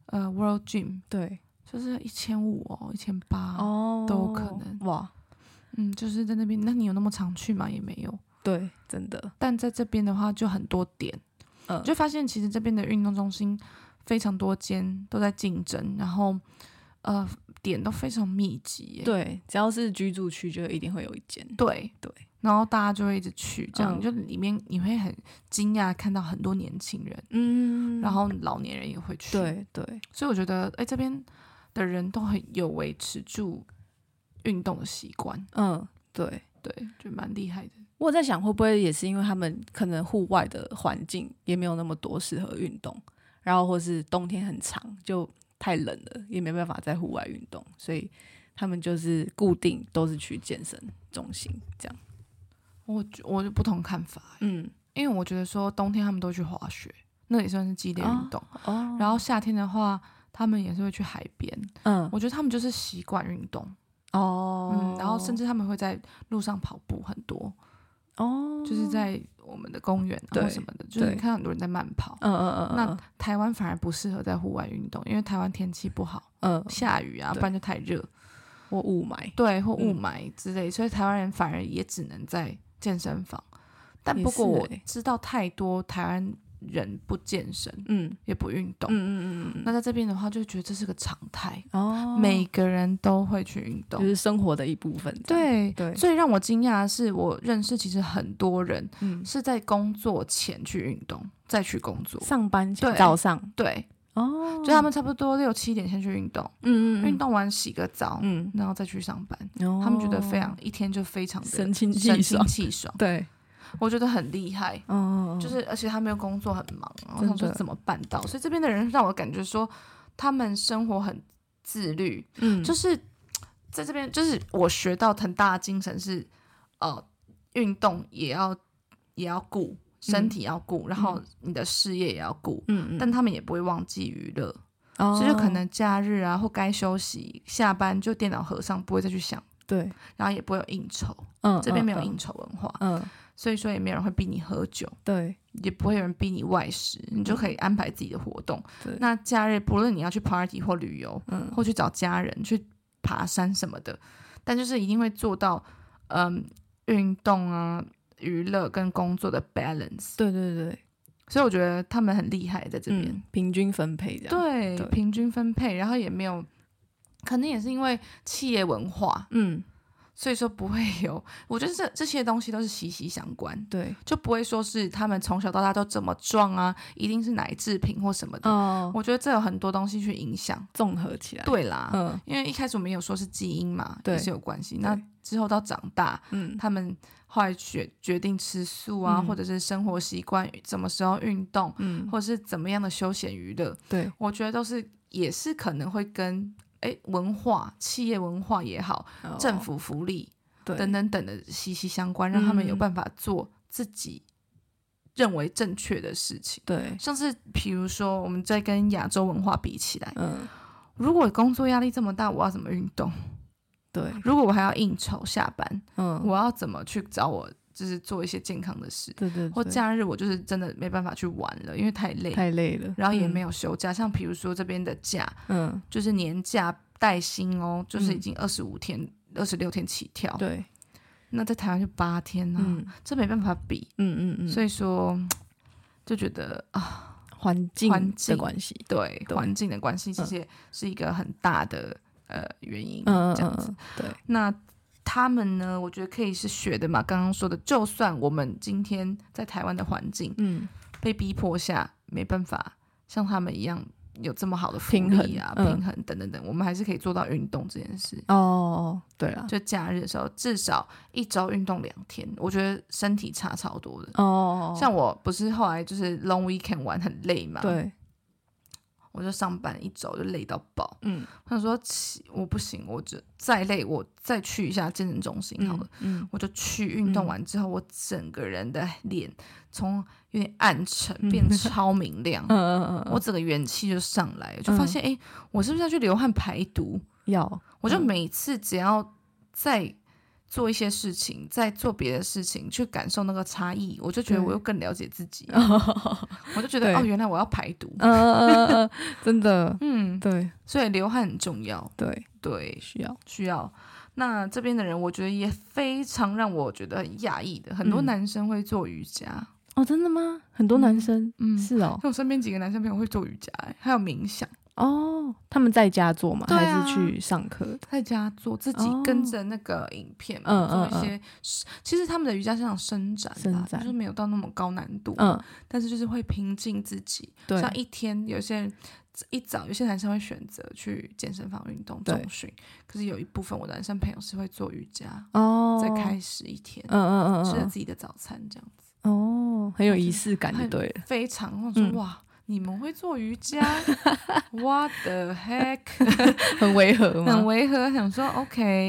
A: 呃，World Gym
B: 对，
A: 就是一千五哦，一千八，
B: 哦
A: 都有可能
B: 哇，
A: 嗯，就是在那边。那你有那么常去吗？也没有。
B: 对，真的，
A: 但在这边的话，就很多点，
B: 嗯，
A: 就发现其实这边的运动中心非常多间都在竞争，然后呃，点都非常密集耶。
B: 对，只要是居住区，就一定会有一间，
A: 对
B: 对
A: 然后大家就会一直去，这样、
B: 嗯
A: 就里面你会很惊讶看到很多年轻人，
B: 嗯
A: 然后老年人也会去。，
B: 对对，
A: 所以我觉得，哎，这边的人都很有维持住运动的习惯，
B: 嗯对。
A: 对，就蛮厉害的。
B: 我有在想，会不会也是因为他们可能户外的环境也没有那么多适合运动，然后或是冬天很长，就太冷了，也没办法在户外运动，所以他们就是固定都是去健身中心这样。
A: 我觉我就不同看法，
B: 嗯，
A: 因为我觉得说冬天他们都去滑雪，那也算是激烈运动。
B: 哦，
A: 然后夏天的话，他们也是会去海边。
B: 嗯，
A: 我觉得他们就是习惯运动，
B: 哦，
A: 嗯，然后甚至他们会在路上跑步很多，
B: 哦，
A: 就是在我们的公园啊
B: 对
A: 或什么的，就是你
B: 对
A: 看到很多人在慢跑。
B: 嗯嗯嗯，
A: 那台湾反而不适合在户外运动，因为台湾天气不好，
B: 嗯嗯
A: 下雨啊，
B: 对
A: 不然就太热，
B: 我雾霾，
A: 对，或雾
B: 嗯
A: 霾之类，所以台湾人反而也只能在健身房。但
B: 也
A: 不过
B: 是
A: 我
B: 欸
A: 知道太多台湾人不健身，
B: 嗯
A: 也不运
B: 嗯
A: 动。
B: 嗯嗯嗯
A: 那在这边的话，就觉得这是个常态，
B: 嗯，哦，
A: 每个人都会去运
B: 就
A: 动。
B: 是生活的一部分，，
A: 对
B: 对
A: 最让我惊讶的是，我认识其实很多人
B: 嗯，
A: 是在工作前去运动，再去工作。
B: 上班前
A: 对
B: 早上
A: 对，
B: 哦，
A: 就他们差不多六七点先去运动，
B: 嗯嗯
A: 运，动完洗个澡，
B: 嗯。
A: 然后再去上班。
B: 哦
A: 他们觉得非常一天就非常的
B: 神清气
A: 神
B: 爽
A: 气爽，
B: 对，
A: 我觉得很厉害。
B: 嗯，
A: 就是而且他们又工作很忙，然后
B: 真
A: 想说
B: 的
A: 怎么办到？所以这边的人让我感觉说，他们生活很自律，
B: 嗯
A: 就是是在这边，就是我学到很大的精神是，呃，运动也要也要顾，身体要顾，然后你的事业也要顾。
B: 嗯哦
A: 但他们也不会忘记娱乐，
B: 但
A: 所以就可能假日啊或该休息，下班就电脑合上，不会再去想，
B: 哦对，
A: 然后也不会有应酬，
B: 嗯，
A: 这边没有
B: 嗯
A: 应酬文化，
B: 嗯，嗯
A: 所以说也没有人会逼你喝酒，
B: 对，
A: 也不会有人逼你外食，你就可以安排自己的活动。
B: 对
A: 那假日不论你要去 party 或旅游，
B: 嗯
A: 或去找家人去爬山什么的，但就是一定会做到，嗯，运动啊、娱乐跟工作的 balance。
B: 对对对，
A: 所以我觉得他们很厉害在这边，
B: 嗯，平均分配这样。，
A: 对
B: 对
A: 平均分配，然后也没有，可能也是因为企业文化，
B: 嗯，
A: 所以说不会有。我觉得这这些东西都是息息相关，
B: 对，
A: 就不会说是他们从小到大都这么壮啊，一定是奶制品或什么的。
B: 哦，
A: 我觉得这有很多东西去影响。
B: 综合起来，，
A: 对啊啦，
B: 嗯
A: 因为一开始我们有说是基因嘛，
B: 对
A: 也是有关系。那之后到长大，
B: 嗯，
A: 他们后来决决定吃素啊，
B: 嗯
A: 或者是生活习惯，什么时候运动，
B: 嗯，
A: 或者是怎么样的休闲娱乐，
B: 对，
A: 我觉得都是也是可能会跟诶文化、企业文化也好，
B: 哦
A: 政府福利
B: 对
A: 等等等的息息相关，让他们有
B: 嗯
A: 办法做自己认为正确的事情。
B: 对，
A: 像是比如说，我们在跟亚洲文化比起来，
B: 嗯，
A: 如果工作压力这么大，我要怎么运动？
B: 对，
A: 如果我还要应酬下班，
B: 嗯，
A: 我要怎么去找我就是做一些健康的事？
B: 对对，
A: 或
B: 嗯对
A: 假日我就是真的没办法去玩了，因为太累，
B: 太累嗯了，
A: 然后也没
B: 有，
A: 有休假。像比如说这边的假，
B: 嗯，
A: 就是年假带薪哦，就是已
B: 嗯
A: 经二十五天、二十六天起跳。
B: 对，
A: 那在台湾就八天呢、
B: 嗯
A: 这没办法比。
B: 嗯嗯嗯，
A: 所
B: 以
A: 以说，就觉得啊，
B: 环境
A: 环
B: 的
A: 境
B: 关系，
A: 对
B: 对
A: 环境的关系，其实也是一个很大的、呃原因。
B: 嗯嗯
A: 这样子。
B: 嗯，对，
A: 那他们呢，我觉得可以是学的嘛，刚刚说的，就算我们今天在台湾的环境
B: 嗯，
A: 被逼迫下，没办法像他们一样有这么好的福
B: 平
A: 利啊、
B: 衡嗯
A: 平衡等等等，我们还是可以做到运动这件事。
B: 哦，对啦，
A: 就假日的时候，至少一周运动两天，我觉得身体差超多的。
B: 哦，
A: 像我不是后来就是 long weekend 玩很累嘛，，
B: 对，
A: 我就上班一周就累到爆。
B: 嗯，
A: 他说起我不行，我就再累，我再去一下健身中心好了。
B: 嗯，嗯，
A: 我就去运动
B: 嗯
A: 完之后，我整个人的脸从有点暗沉
B: 嗯
A: 变超明亮，
B: 嗯嗯嗯，
A: 我整个元气就上来了，就发现哎、诶我是不是要去流汗排毒？
B: 要，
A: 我就
B: 嗯
A: 每次只要在做一些事情，在做别的事情，去感受那个差异，我就觉得
B: 对，
A: 我又更了解自己
B: 嗯
A: 我就觉得
B: 对
A: 哦，原来我要排毒。
B: 嗯嗯， 真的，
A: 嗯，
B: 对
A: 所以流汗很重要，
B: 对，
A: 对，
B: 需要，
A: 需要。那这边的人，我觉得也非常让我觉得很讶异的，很多
B: 嗯
A: 男生会做瑜伽。
B: 哦，真的吗？很多男生，
A: 嗯
B: 是哦，
A: 像我身边几个男生朋友会做瑜伽、欸，还有冥想，
B: 哦，他们在家做吗？
A: 对
B: 还
A: 啊
B: 是去上课？
A: 在家做，自己
B: 哦
A: 跟着那个影片嘛，
B: 嗯
A: 做一些。其实他们的瑜伽是想伸展
B: 伸
A: 啦，
B: 展
A: 就是没有到那么高难度，
B: 嗯，
A: 但是就是会平静自己。
B: 对，
A: 像一天，有些人一早，有些男生会选择去健身房运动
B: 对
A: 重训，可是有一部分我的男生朋友是会做瑜伽，
B: 哦，
A: 再开始一天。
B: 嗯，嗯嗯
A: 吃了
B: 嗯
A: 自己的早餐，这样子
B: 嗯，哦，很有仪式感就
A: 很
B: 对了，
A: 非常。我想说、
B: 嗯
A: 哇，你们会做瑜 伽？What the heck？
B: 很违和吗？
A: 很违和，想说 OK，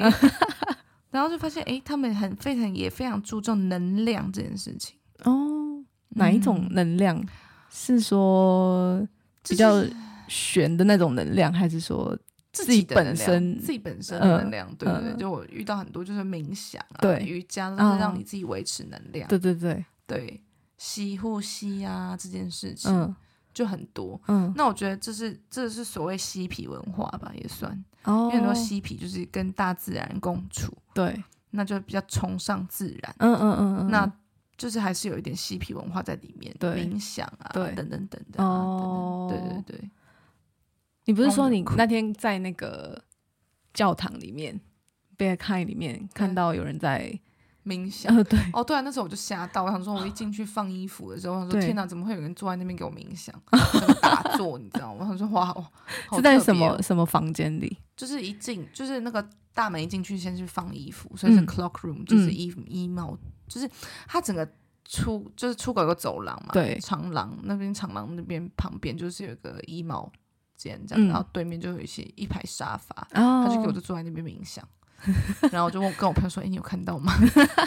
A: 然后就发现诶，他们很非常也非常注重能量这件事情，
B: 哦，哪一种
A: 嗯
B: 能量？是说
A: 就
B: 比较
A: 是
B: 悬的那种能量，还是说
A: 自
B: 己
A: 的能
B: 本
A: 量
B: 身
A: 自己本身的能
B: 嗯
A: 量，对对对，
B: 嗯
A: 就我遇到很多就是冥想啊、
B: 对
A: 瑜伽，都是让
B: 嗯
A: 你自己维持能量，
B: 对对对，
A: 对，吸呼吸啊这件事情、
B: 嗯
A: 就很多。
B: 嗯，
A: 那我觉得这是这是所谓嬉皮文化吧，也算，因
B: 哦
A: 为很多嬉皮就是跟大自然共处，
B: 对，
A: 那就比较崇尚自然。
B: 嗯嗯嗯嗯，
A: 那就是还是有一点嬉皮文化在里面，
B: 对
A: 冥想啊，
B: 对
A: 等等等的、啊，
B: 哦
A: 等等，对对对，
B: 你不是说你
A: 风格
B: 那天在那个教堂里面？贝尔凯里面看到有人在，
A: 冥想。
B: 呃，对，
A: 哦，对啊，那时候我就吓到，我想说，我一进去放衣服的时候，我想说，
B: 对
A: 天哪，怎么会有人坐在那边给我冥想， 怎么打坐，你知道吗？我想说，哇，好好
B: 是在
A: 特
B: 什
A: 别哦
B: 么什么房间里？
A: 就是一进，就是那个大门一进去，先去放衣服，所以是
B: 嗯
A: clock room，、就是
B: 嗯
A: 衣衣帽，就是它整个出就是出口有个走廊嘛，
B: 对
A: 长廊那边长廊那边旁边就是有一个衣帽间这样，
B: 嗯
A: 然后对面就有一些一排沙发，
B: 哦
A: 他就给我就坐在那边冥想。 然后我就问跟我朋友说：“哎、你有看到 吗？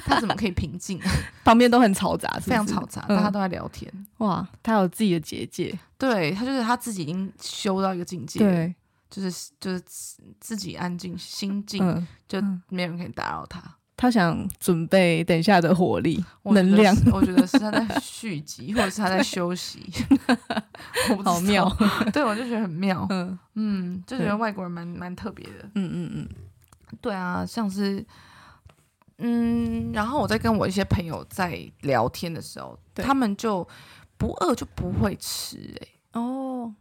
A: 他怎么可以平静？啊
B: 旁边都很嘈杂，是不是
A: 非常嘈杂，
B: 嗯
A: 大家都在聊天。
B: 哇，他有自己的结界，
A: 对他就是他自己已经修到一个境界，，
B: 对，
A: 就是就是自己安静心静，
B: 嗯，
A: 就
B: 嗯
A: 没有人可以打扰他。
B: 他想准备等一下的火力
A: 我觉得
B: 能量，
A: 是，我觉得是他在续集，或者是他在休息， 我不知道
B: 好妙。
A: 对，我就觉得很妙，
B: 嗯
A: 嗯，就觉
B: 对
A: 得外国人蛮蛮特别的。
B: 嗯嗯嗯，
A: 对啊，像是，嗯，然后我在跟我一些朋友在聊天的时候，
B: 对
A: 他们就不饿就不会吃、欸，
B: 哦，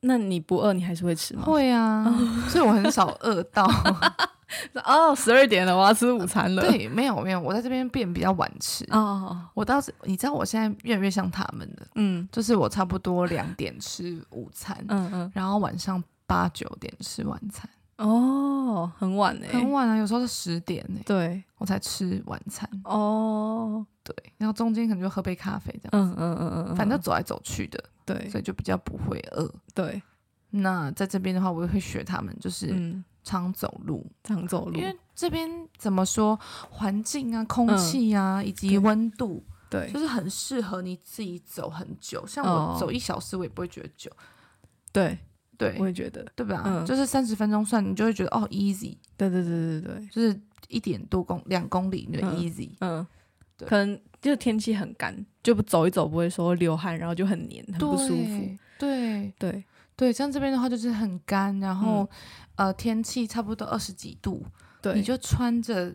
B: 那你不饿，你还是会吃吗？
A: 会啊，所以我很少饿到。
B: 哦，十二点了，我要吃午餐了。
A: 对，没有没有，我在这边变比较晚吃。
B: 哦，哦，
A: 我倒是，你知道我现在越来越像他们了，
B: 嗯
A: 就是我差不多两点吃午餐，
B: 嗯
A: 然后晚上八九点吃晚餐，
B: 嗯，哦，很晚哎、
A: 很晚啊，有时候是十点呢、
B: 对，
A: 我才吃晚餐。
B: 哦，
A: 对，然后中间可能就喝杯咖啡这样，
B: 嗯嗯嗯嗯嗯，
A: 反正走来走去的，
B: 对
A: 所以就比较不会饿。
B: 对，
A: 那在这边的话，我也会学他们，就是
B: 嗯，
A: 常走路，
B: 常走路
A: 因，为这边怎么说，环境啊、空
B: 嗯
A: 气啊，以及
B: 对
A: 温度，
B: 对
A: 就是很适合你自己走很久。像
B: 哦
A: 我走一小时，我也不会觉得久，
B: 对，
A: 对
B: 我也觉得，
A: 对吧？
B: 嗯
A: 就是三十分钟算，你就会觉得哦，easy，
B: 对对对对对，
A: 就是一点多公两公里，你就
B: 嗯
A: easy。
B: 嗯，
A: 对
B: 可能就天气很干，就不走一走不会说流汗，然后就很黏，很不舒服。
A: 对
B: 对，
A: 对，像这边的话就是很干，
B: 嗯
A: 然后、呃天气差不多二十几度，
B: 对，
A: 你就穿着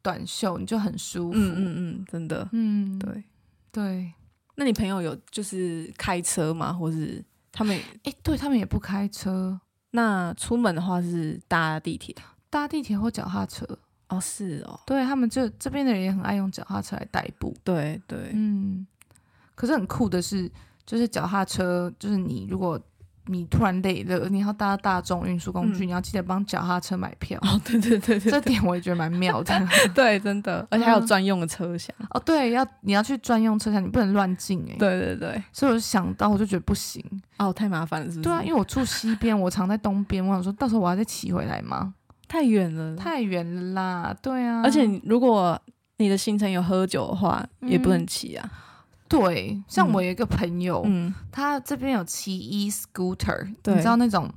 A: 短袖你就很舒服。
B: 嗯嗯嗯，真的，
A: 嗯
B: 对。
A: 对，
B: 那你朋友有就是开车吗？或是他 们
A: 哎，对他们也不开车，
B: 那出门的话是搭地铁？
A: 搭地铁或脚踏车。
B: 哦，是哦，
A: 对他们这这边的人也很爱用脚踏车来代步。
B: 对对，
A: 嗯，可是很酷的是，就是脚踏车，就是你如果你突然累了，你要搭大众运输工具，
B: 嗯
A: 你要记得帮脚踏车买票。
B: 哦，对对 对对
A: 这点我也觉得蛮妙 的。
B: 对，真的，而且还有
A: 嗯
B: 专用的车厢。
A: 哦，对，要你要去专用车厢，你不能乱进哎。
B: 对对对，
A: 所以我就想到，我就觉得不行。
B: 哦，太麻烦了，是不是？
A: 对啊，因为我住西边，我常在东边，我想说到时候我要再骑回来吗？
B: 太远了，
A: 太远了啦，对啊。
B: 而且你如果你的行程有喝酒的话，也不能骑啊。
A: 对，像
B: 嗯
A: 我有一个朋友，
B: 嗯，
A: 他这边有骑 e scooter，
B: 对
A: 你知道那种，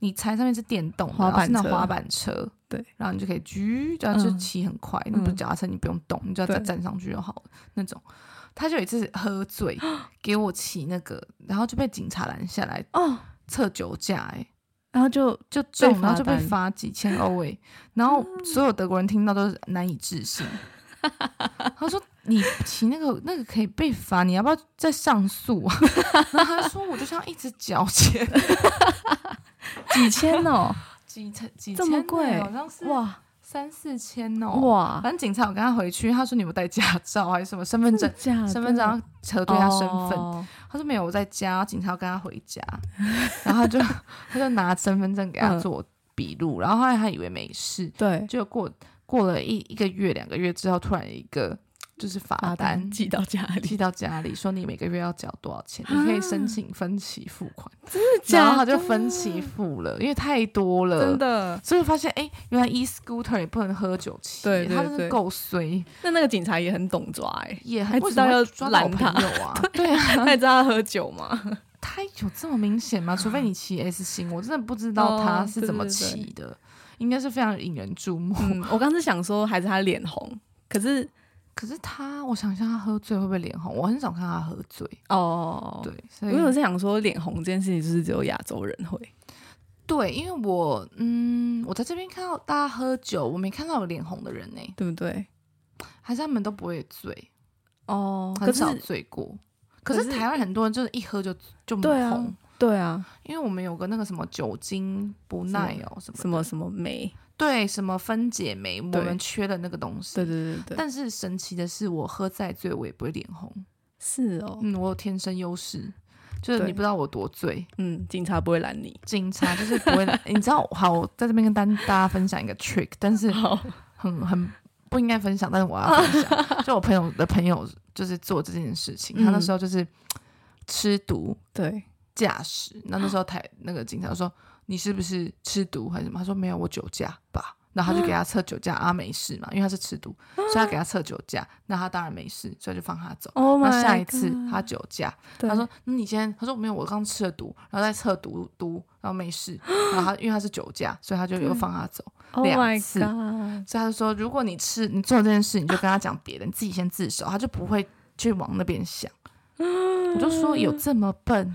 A: 你踩上面是电动的，
B: 滑板车
A: 然后是那种滑板车，
B: 对，
A: 然后你就可以举，然后就骑很快，那不是
B: 嗯
A: 脚踏车你不用动，你只要
B: 对
A: 再站上去就好了那种。他就有一次喝 醉，给我骑那个，然后就被警察拦下来
B: 哦，
A: 测酒驾、哎，
B: 然后就
A: 就中
B: 被，罚
A: 然后就被
B: 单
A: 罚几千欧， 哎，然后所有德国人听到都是难以置信。他说：“你骑那个那个可以被罚，你要不要再上诉啊？” 然后他说：“我就想一直缴钱，
B: 几千 哦，
A: 几千几
B: 这
A: 千
B: 么
A: 呢
B: 贵
A: 好像是
B: 哇
A: 三四千哦。
B: 哇，
A: 反正警察有跟他回去，他说你有没有带驾照还是什么身份证？
B: 真的假的
A: 身份证要核对他身份。
B: 哦
A: 他说没有，我在家。警察要跟他回家，然后他就他就拿身份证给他
B: 嗯
A: 做笔录，然后后来他以为没事，
B: 对，
A: 就过过了一一个月两个月之后，突然有一个就是罚
B: 罚单
A: 单。
B: 寄到家里，
A: 寄到家里，说你每个月要缴多少钱，
B: 啊
A: 你可以申请分期付款，
B: 假
A: 啊然后他就
B: 的
A: 分期付了，因为太多了，
B: 真的。
A: 所以我发现，哎、原来 e scooter 也不能喝酒骑，
B: 对对
A: 他真
B: 对
A: 是够衰，
B: 那那个警察也很懂抓 哎，
A: 也
B: 还
A: 很
B: 知
A: 为
B: 道
A: 什么
B: 要
A: 会抓老
B: 拦
A: 朋
B: 他
A: 友啊，对啊，
B: 他也知道他喝酒吗？
A: 他有这么明显吗？除非你骑 S 型，我真的不知
B: 哦
A: 道他是怎么骑的，应该是非常引人注目。
B: 嗯， 我刚是想说，还是他脸红，可是
A: 可是他，我想一下，他喝醉会不会脸红？我很少看他喝醉，
B: 哦，
A: 对，所
B: 因为我
A: 以
B: 是想说，脸红这件事情就是只有亚洲人会，
A: 对，因为我嗯，我在这边看到大家喝酒，我没看到有脸红的人呢、
B: 对不对？
A: 还是他们都不会醉，
B: 哦，可
A: 很
B: 是
A: 少醉过。可
B: 可
A: 是
B: 是
A: 台湾很多人就是一喝就就
B: 对啊
A: 红，
B: 对啊，
A: 因为我们有个那个什么酒精不耐哦，什么
B: 什么什么酶，
A: 对什么分解酶，我
B: 对
A: 们缺的那个东西。
B: 对对对对，
A: 但是神奇的是，我喝再醉我也不会脸红。
B: 是哦，
A: 嗯，我有天生优势，就是
B: 对
A: 你不知道我多醉。
B: 嗯，警察不会拦你，
A: 警察就是不会 来，你知道，好，我在这边跟大大家分享一个 trick，但是
B: 好，
A: 很很不应该分享，但是我要分 享。就我朋友的朋友就是做这件事情，他那
B: 嗯
A: 时候就是吃毒
B: 对，
A: 驾驶，那那时候台那个警察说你是不是吃毒还是什么？他说没有，我酒驾吧。然后他就给他测酒驾，啊没事嘛，因为他是吃毒，所以他给他测酒驾，那他当然没事，所以就放他走。
B: 哦，
A: 那下一次他酒驾，
B: 对
A: 他说：“那你先。”他说：“没有，我刚吃了毒，然后再测毒毒，然后没事。”然后他因为他是酒驾，所以他就又放他走。
B: ，Oh
A: 两
B: my
A: 次
B: god，
A: 所以他就说：“如果你吃，你做这件事，你就跟他讲别的，你自己先自首，他就不会去往那边想。”我就说：“有这么笨？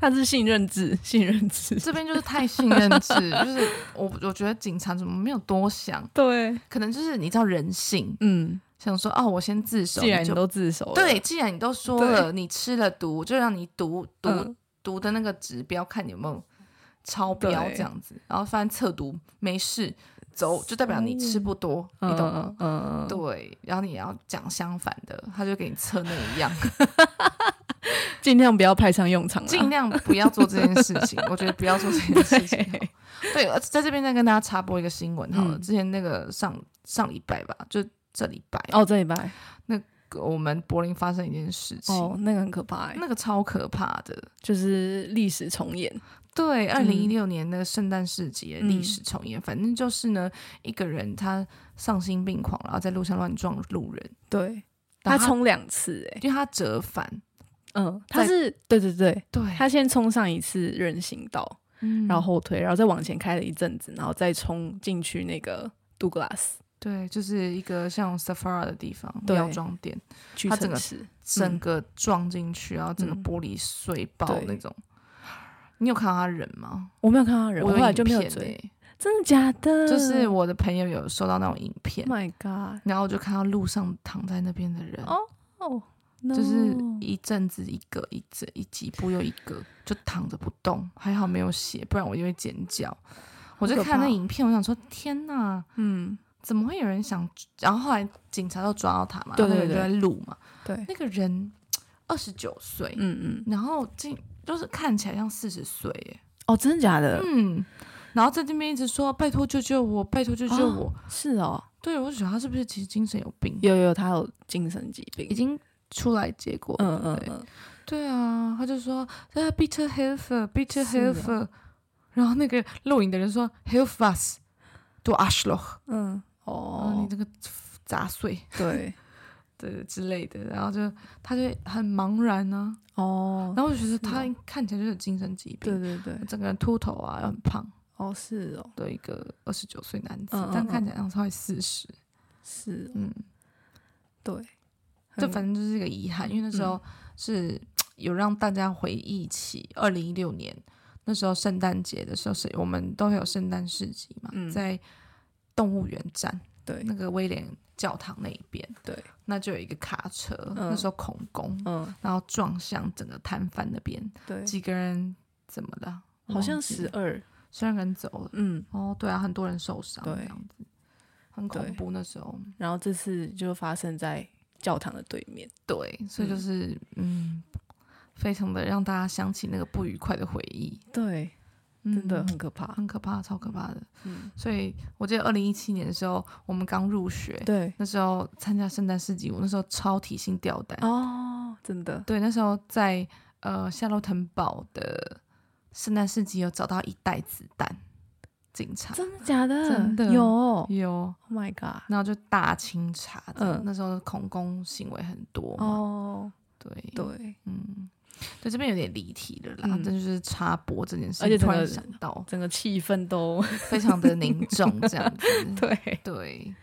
B: 他是信任制，信任制，
A: 这边就是太信任制， 就是我我觉得警察怎么没有多想，
B: 对，
A: 可能就是你知道人性，
B: 嗯，
A: 想说哦，我先自首，
B: 既然
A: 你
B: 你
A: 就
B: 都自首了，
A: 对，既然你都说
B: 对
A: 了，你吃了毒，就让你毒毒、
B: 嗯
A: 毒的那个指标看有没有超标
B: 对
A: 这样子，然后发现测毒没事，走就代表你吃不多，
B: 嗯，
A: 你懂吗？
B: 嗯嗯，嗯，
A: 对，然后你也要讲相反的，他就给你测那一 样，
B: 尽量不要派上用场啊啦，
A: 尽量不要做这件事情。我觉得不要做这件事情好。对，而在这边再跟大家插播一个新闻好了，
B: 嗯
A: 之前那个上上礼拜吧，就这礼拜，
B: 哦，这礼拜
A: 我们柏林发生一件事情，
B: 哦，那个很可怕欸，
A: 那个超可怕的。
B: 就是历史重演，
A: 对，二零一六年的圣诞市集的历
B: 嗯
A: 史重演，反正就是呢，一个人他丧心病狂，然后在路上乱撞路人，
B: 对
A: 然
B: 他
A: 后
B: 冲两次，哎，
A: 因为他折返，
B: 嗯，他
A: 在
B: 是对对对，
A: 对，
B: 他先冲上一次人行道，
A: 嗯
B: 然后后退，然后再往前开了一阵子，然后再冲进去那个杜格拉斯
A: 对，就是一个像 Sephora 的地方
B: 对
A: 药妆店，
B: 屈
A: 他整
B: 臣
A: 个
B: 氏，
A: 整个撞进去，然后整个
B: 嗯
A: 玻璃碎爆
B: 对
A: 那种。你有看到他人吗？
B: 我没有看到人，我
A: 我
B: 后来就没有嗯
A: 影片
B: 追，
A: 欸
B: 真的假的？
A: 就是我的朋友有收到那种影片
B: Oh，My God，
A: 然后我就看到路上躺在那边的人，
B: 哦哦，no
A: 就是一阵子一个，一阵一几步又一个，就躺着不动，还好没有血，不然我就会尖叫。我就
B: 可
A: 看那
B: 怕哦
A: 影片，我想说天哪，
B: 嗯，
A: 怎么会有人想？然后后来警察都抓到他嘛，
B: 对
A: 然后
B: 对
A: 那个人就在录嘛。
B: 对，
A: 那个人二十九岁，
B: 嗯嗯，
A: 然后竟就是看起来像四十岁耶，
B: 哦，真的假的？
A: 嗯，然后在这边一直说拜托救救我，拜托救救
B: 哦
A: 我。
B: 是哦，
A: 对，我就想他是不是其实精神有病，
B: 有有，他有精神疾病
A: 已，经出来结果了
B: 嗯嗯
A: 对
B: 嗯，
A: 对啊，他就说啊，bitte helfer，bitte
B: 是啊
A: helfer，、然后那个录影的人说 help us，do Ashloch，
B: 嗯，
A: 哦，你
B: 哦，
A: 这个杂碎，
B: 对，
A: 对之类的，然后就他就很茫然呢、
B: 哦，
A: 然后我就觉得他
B: 是
A: 看起来就是有精神疾病，
B: 对对对，
A: 整个人秃头啊，又很胖
B: 哦是哦
A: 的一个二十九岁男子，
B: 嗯嗯
A: 但看
B: 嗯
A: 起来像是快四十，
B: 是哦，
A: 嗯，
B: 对，
A: 就
B: 很
A: 反正就是一个遗憾，因为那时
B: 嗯
A: 候是嘖有让大家回忆起二零一六年那时候圣诞节的时候是，我们都会有圣诞市集嘛，
B: 嗯
A: 在动物园站
B: 对，
A: 那个威廉教堂那一边，
B: 对，
A: 那就有一个卡车，
B: 嗯
A: 那时候恐攻，
B: 嗯
A: 然后撞向整个摊贩那边，
B: 对，
A: 几个人怎么了？
B: 好像
A: 忘记
B: 十
A: 了
B: 二，
A: 十二个人走了，
B: 嗯，
A: 哦，对啊，很多人受伤，
B: 对
A: 这样子很恐
B: 对
A: 怖那时候。
B: 然后这次就发生在教堂的对面，
A: 对，所以就
B: 嗯
A: 是嗯非常的让大家想起那个不愉快的回忆，
B: 对，真的
A: 嗯
B: 很可怕，
A: 很可怕，超可怕的。
B: 嗯，
A: 所以我记得二零一七年的时候，我们刚入学，
B: 对，
A: 那时候参加圣诞市集，我那时候超提心吊胆。
B: 哦，真的，
A: 对，那时候在呃夏洛滕堡的圣诞市集有找到一袋子弹，警察
B: 真的假的？
A: 真的
B: 有，Oh
A: 有，
B: my god，
A: 然后就大清查这样。
B: 嗯
A: 那时候恐攻行为很多嘛，
B: 哦，
A: 对
B: 对，
A: 嗯，对，这边有点离题了啦，
B: 嗯
A: 这就是插播这件事，
B: 而且
A: 突
B: 整
A: 然
B: 个
A: 想到，
B: 整个气氛 都，
A: 非常的凝重这样子
B: 对，
A: 对，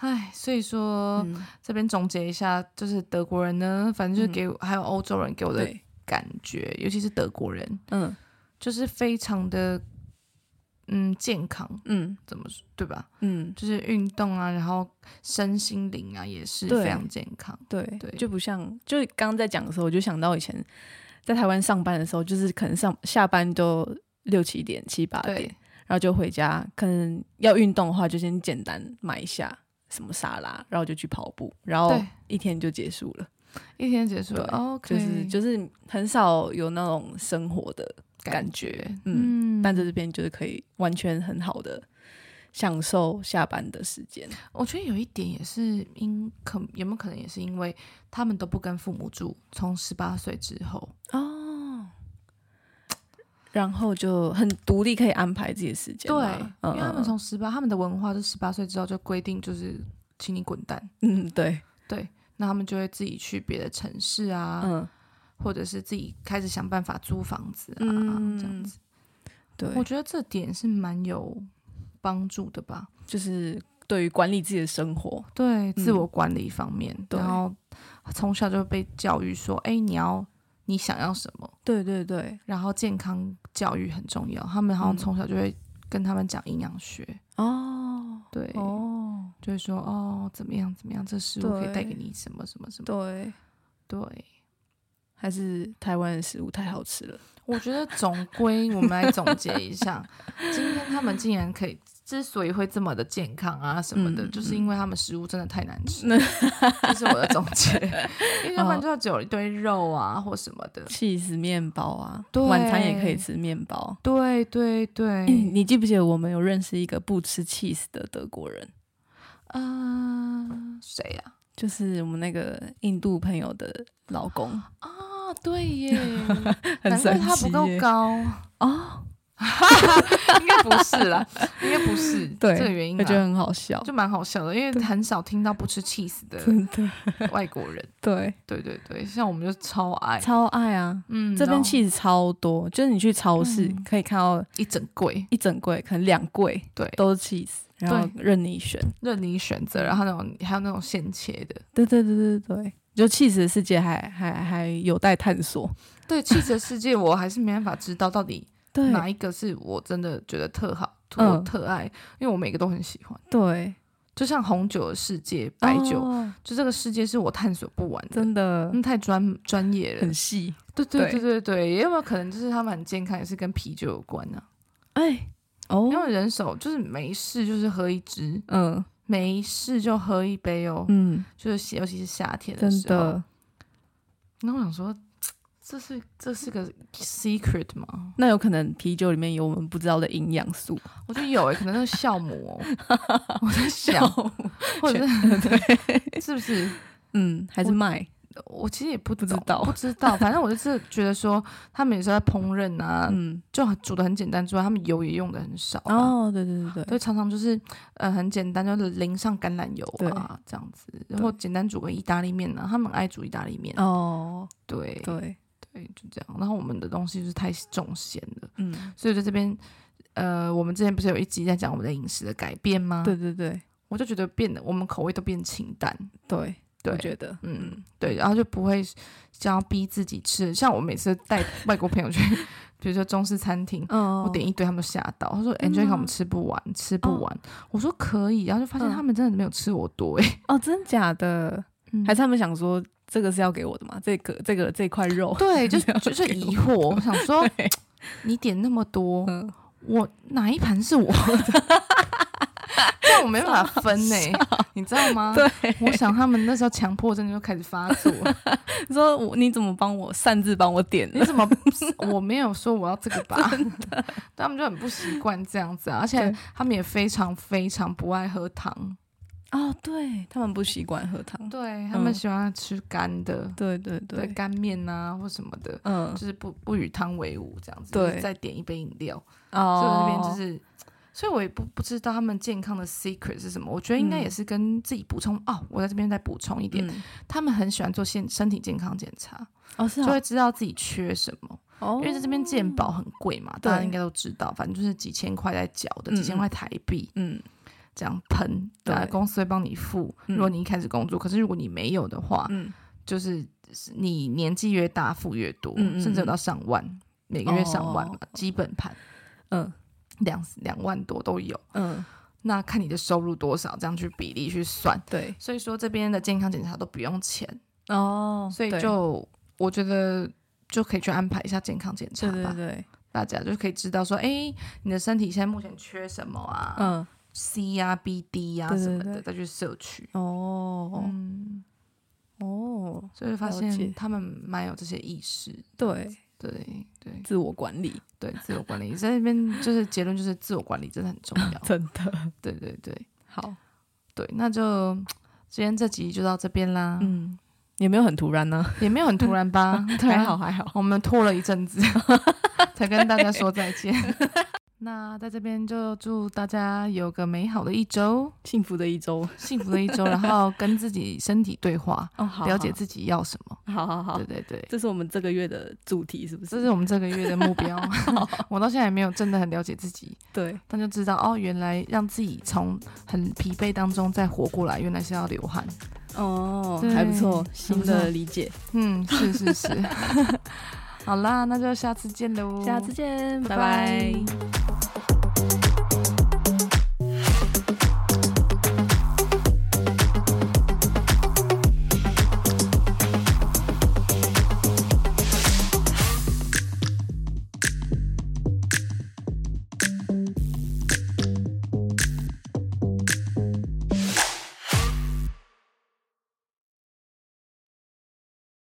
A: 唉，所以说、
B: 嗯
A: 这边总结一下，就是德国人呢，反正就是
B: 嗯
A: 给我、还有欧洲人给我的
B: 对，
A: 感觉，尤其是德国人，
B: 嗯
A: 就是非常的嗯健康，
B: 嗯
A: 怎么说对吧？
B: 嗯，
A: 就是运动啊，然后身心灵啊也是
B: 对
A: 非常健康，
B: 对，
A: 对
B: 就不像，就刚刚在讲的时候，我就想到以前在台湾上班的时候，就是可能上下班都六七点、七八点，
A: 对
B: 然后就回家，可能要运动的话，就先简单买一下什么沙拉，然后就去跑步，然后
A: 对
B: 哦一天就结束了。
A: 一天结束了，OK，
B: 对就是就是很少有那种生活的，感觉嗯但在这边就是可以完全很好的享受下班的时间。
A: 我觉得有一点也是因可有没有可能也是因为他们都不跟父母住，从十八岁之后，
B: 哦，然后就很独立，可以安排自己的时间
A: 对
B: 吧。，
A: 因为他们
B: 嗯
A: 从十八，他们的文化就十八岁之后就规定就是请你滚蛋，
B: 嗯对，
A: 那他们就会自己去别的城市啊，
B: 嗯
A: 或者是自己开始想办法租房子啊，
B: 嗯
A: 这样子。
B: 对，
A: 我觉得这点是蛮有帮助的吧，
B: 就是对于管理自己的生活，
A: 对自
B: 嗯
A: 我管理方面，
B: 对
A: 然后从小就被教育说，哎，你要你想要什么，
B: 对对对，
A: 然后健康教育很重要。他们好像
B: 嗯
A: 从小就会跟他们讲营养学，
B: 哦
A: 对，
B: 哦，
A: 就会说哦，怎么样怎么样，这食物可以带
B: 对
A: 给你什么什么什么，
B: 对，
A: 对。
B: 还是台湾的食物太好吃了，
A: 我觉得总归我们来总结一下，今天他们竟然可以，之所以会这么的健康啊什么的，
B: 嗯
A: 就是因为他们食物真的太难 吃，这是我的总结。因为要不
B: 嗯
A: 然就只有一堆肉啊或什么的。
B: 气死面包啊，
A: 对
B: 晚餐也可以吃面包。嗯
A: 对对对，
B: 你记不记得我们有认识一个不吃 cheese 的德国人？
A: 嗯，谁呀？
B: 就是我们那个印度朋友的老公，
A: 啊，对 耶，
B: 很
A: 难怪
B: 神
A: 他不
B: 奇
A: 够
B: 耶
A: 高，
B: 哦，
A: 应该不是啦，应该不是
B: 对
A: 这个原因
B: 我觉得
A: 啦，
B: 很好笑，
A: 啊就蛮好笑的，因为很少听到不吃 cheese 的
B: 真的
A: 外国人。
B: 对，
A: 对对对，像我们就超爱，
B: 超爱啊！
A: 嗯，
B: 这
A: 然
B: 边
A: 后
B: cheese 超多，就是你去超市
A: 嗯
B: 可以看到
A: 一整柜，
B: 一整柜，可能两柜
A: 对，
B: 都是 cheese，然后任你选。
A: 任你选择，然后那种还有那种现切的，
B: 对对对对对，就 cheese 的世界还还还有待探索。
A: 对，气质世界我还是没办法知道到底
B: 对
A: 哪一个是我真的觉得特好，
B: 嗯
A: 我特爱，因为我每个都很喜欢。
B: 对，
A: 就像红酒的世界、白酒，
B: 哦
A: 就这个世界是我探索不完的，
B: 真的
A: 嗯，太专专业了
B: 很。细。
A: 对对对
B: 对
A: 对对，也有没有可能就是他们很健康，也是跟啤酒有关呢、
B: 哎，哦
A: 因，为人手就是没事就是喝一支，
B: 嗯
A: 没事就喝一杯哦，
B: 嗯，
A: 就是尤其是夏天的
B: 真
A: 时候。
B: 的。
A: 然后我想说，这是这是个 secret 吗？
B: 那有可能啤酒里面有我们不知道的营养 素，
A: 我觉得有诶、欸可能那是酵母、哦。 我在想，或者是 是不是？
B: 嗯，还是
A: 我
B: 麦，
A: 我其实也不
B: 不知
A: 懂
B: 道
A: 不知道。反正我就是觉得说，他们也是在烹饪啊，
B: 嗯，
A: 就煮的很简单之外，他们油也用的很少、啊。
B: 哦，对对对
A: 对，
B: 对，
A: 常常就是，呃，很简单，就是淋上橄榄油啊，这样子，然后简单煮个意大利面啊，他们爱煮意大利面，
B: 哦，
A: 对
B: 对，
A: 对，就这样。然后我们的东西就是太重咸了，
B: 嗯，
A: 所以在这边，呃，我们之前不是有一集在讲我们的饮食的改变吗？
B: 对，对对
A: 我就觉得变得我们口味都变清淡，
B: 对，我
A: 对，
B: 觉得，
A: 嗯，对，然后就不会想要逼自己吃。像我每次 带外国朋友去，比如说中式餐厅。
B: 哦
A: 嗯我点一堆，他们都吓到。他说
B: 真的
A: ：“Angelica，
B: 吗
A: 我们吃不完，吃不
B: 哦
A: 完。我说：“可以。”然后就发现
B: 嗯
A: 他们真的没有吃我 多、欸，
B: 哦，真假的？
A: 嗯
B: 还是他们想说这个是要给我的嘛？这个这个这块肉，
A: 对，就
B: 没有
A: 就是
B: 给我
A: 疑惑。我 想说
B: 对，
A: 你点那么多，
B: 嗯，
A: 我哪一盘是我的？ 这样我没办法分呢、欸你知道吗？
B: 对，
A: 我想他们那时候强迫症就开始发作了。
B: 你 说我你怎么帮我擅自帮我点
A: 你
B: 了？
A: 怎么？我没有说我要这个吧？ 他们就很不习惯这样子啊，而且
B: 对
A: 他们也非常非常不爱喝糖，
B: 哦，对他们不习惯喝汤，
A: 对他们
B: 嗯
A: 喜欢吃干的，
B: 对对
A: 对
B: 对，
A: 干面啊或什么的，
B: 嗯
A: 就，是不不与汤为伍这样子。
B: 对
A: 就是再点一杯饮料，所以我这边
B: 哦
A: 就，是。所以我也不不知道他们健康的 secret 是什么，我觉得应该
B: 嗯
A: 也是跟自己补充、哦。我在这边再补充一点，
B: 嗯，
A: 他们很喜欢做健身体健康检查，
B: 哦是
A: 就
B: 啊
A: 会知道自己缺什么。
B: 哦，
A: 因为在这边健保很贵嘛，
B: 对
A: 大家应该都知道，反正就是几千块在缴的，
B: 嗯
A: 几千块台币
B: 嗯
A: 这样喷，对，
B: 对
A: 啊公司会帮你付。
B: 嗯
A: 如果你一开始工作，可是如果你没有的话，
B: 嗯，
A: 就是你年纪越大付越多，
B: 嗯嗯
A: 甚至有到上万，每个月上万嘛，
B: 哦
A: 基本盘
B: 嗯
A: 两两万多都有。
B: 嗯，
A: 那看你的收入多少，这样去比例去算。
B: 对
A: 所以说这边的健康检查都不用钱，
B: 哦，
A: 嗯所以
B: 对
A: 就我觉得就可以去安排一下健康检查
B: 对
A: 吧。
B: 对对，
A: 大家就可以知道说，哎、你的身体现在目前缺什么啊、
B: 嗯
A: c 呀、B、D 呀、
B: 对对
A: 什么的，
B: 对
A: 再去摄取。
B: 哦
A: 嗯，
B: 哦，
A: 所以发
B: 了
A: 现
B: 解
A: 他们蛮有这些意识，
B: 对，
A: 对对
B: 自我管理。
A: 对，自我管理在那边就是结论就是自我管理真的很重要
B: 真的
A: 对对对
B: 好，
A: 对，那就今天这集就到这边啦，
B: 嗯，也没有很突然呢，
A: 也没有很突然吧，对啊
B: 还好。还好，
A: 我们拖了一阵子，才跟大家说再见。 那在这边就祝大家有个美好的一周，
B: 幸福的一周
A: 幸福的一周，然后跟自己身体对话，
B: 哦，好
A: 了解自己要什么。
B: 己，好好好
A: 对，对对，
B: 这是我们这个月的主题，是不
A: 这
B: 是？
A: 是我们这个月的目标。 我到现在也没有真的很了解自己，
B: 对，
A: 但就知道哦，原来让自己从很疲惫当中再活过来，原来是要流汗。
B: 哦
A: 对，
B: 还不错，
A: 很
B: 新
A: 不错
B: 的理解，
A: 嗯，是是 是。好啦，那就下次见喽，
B: 下次见，
A: 拜
B: 拜拜
A: 拜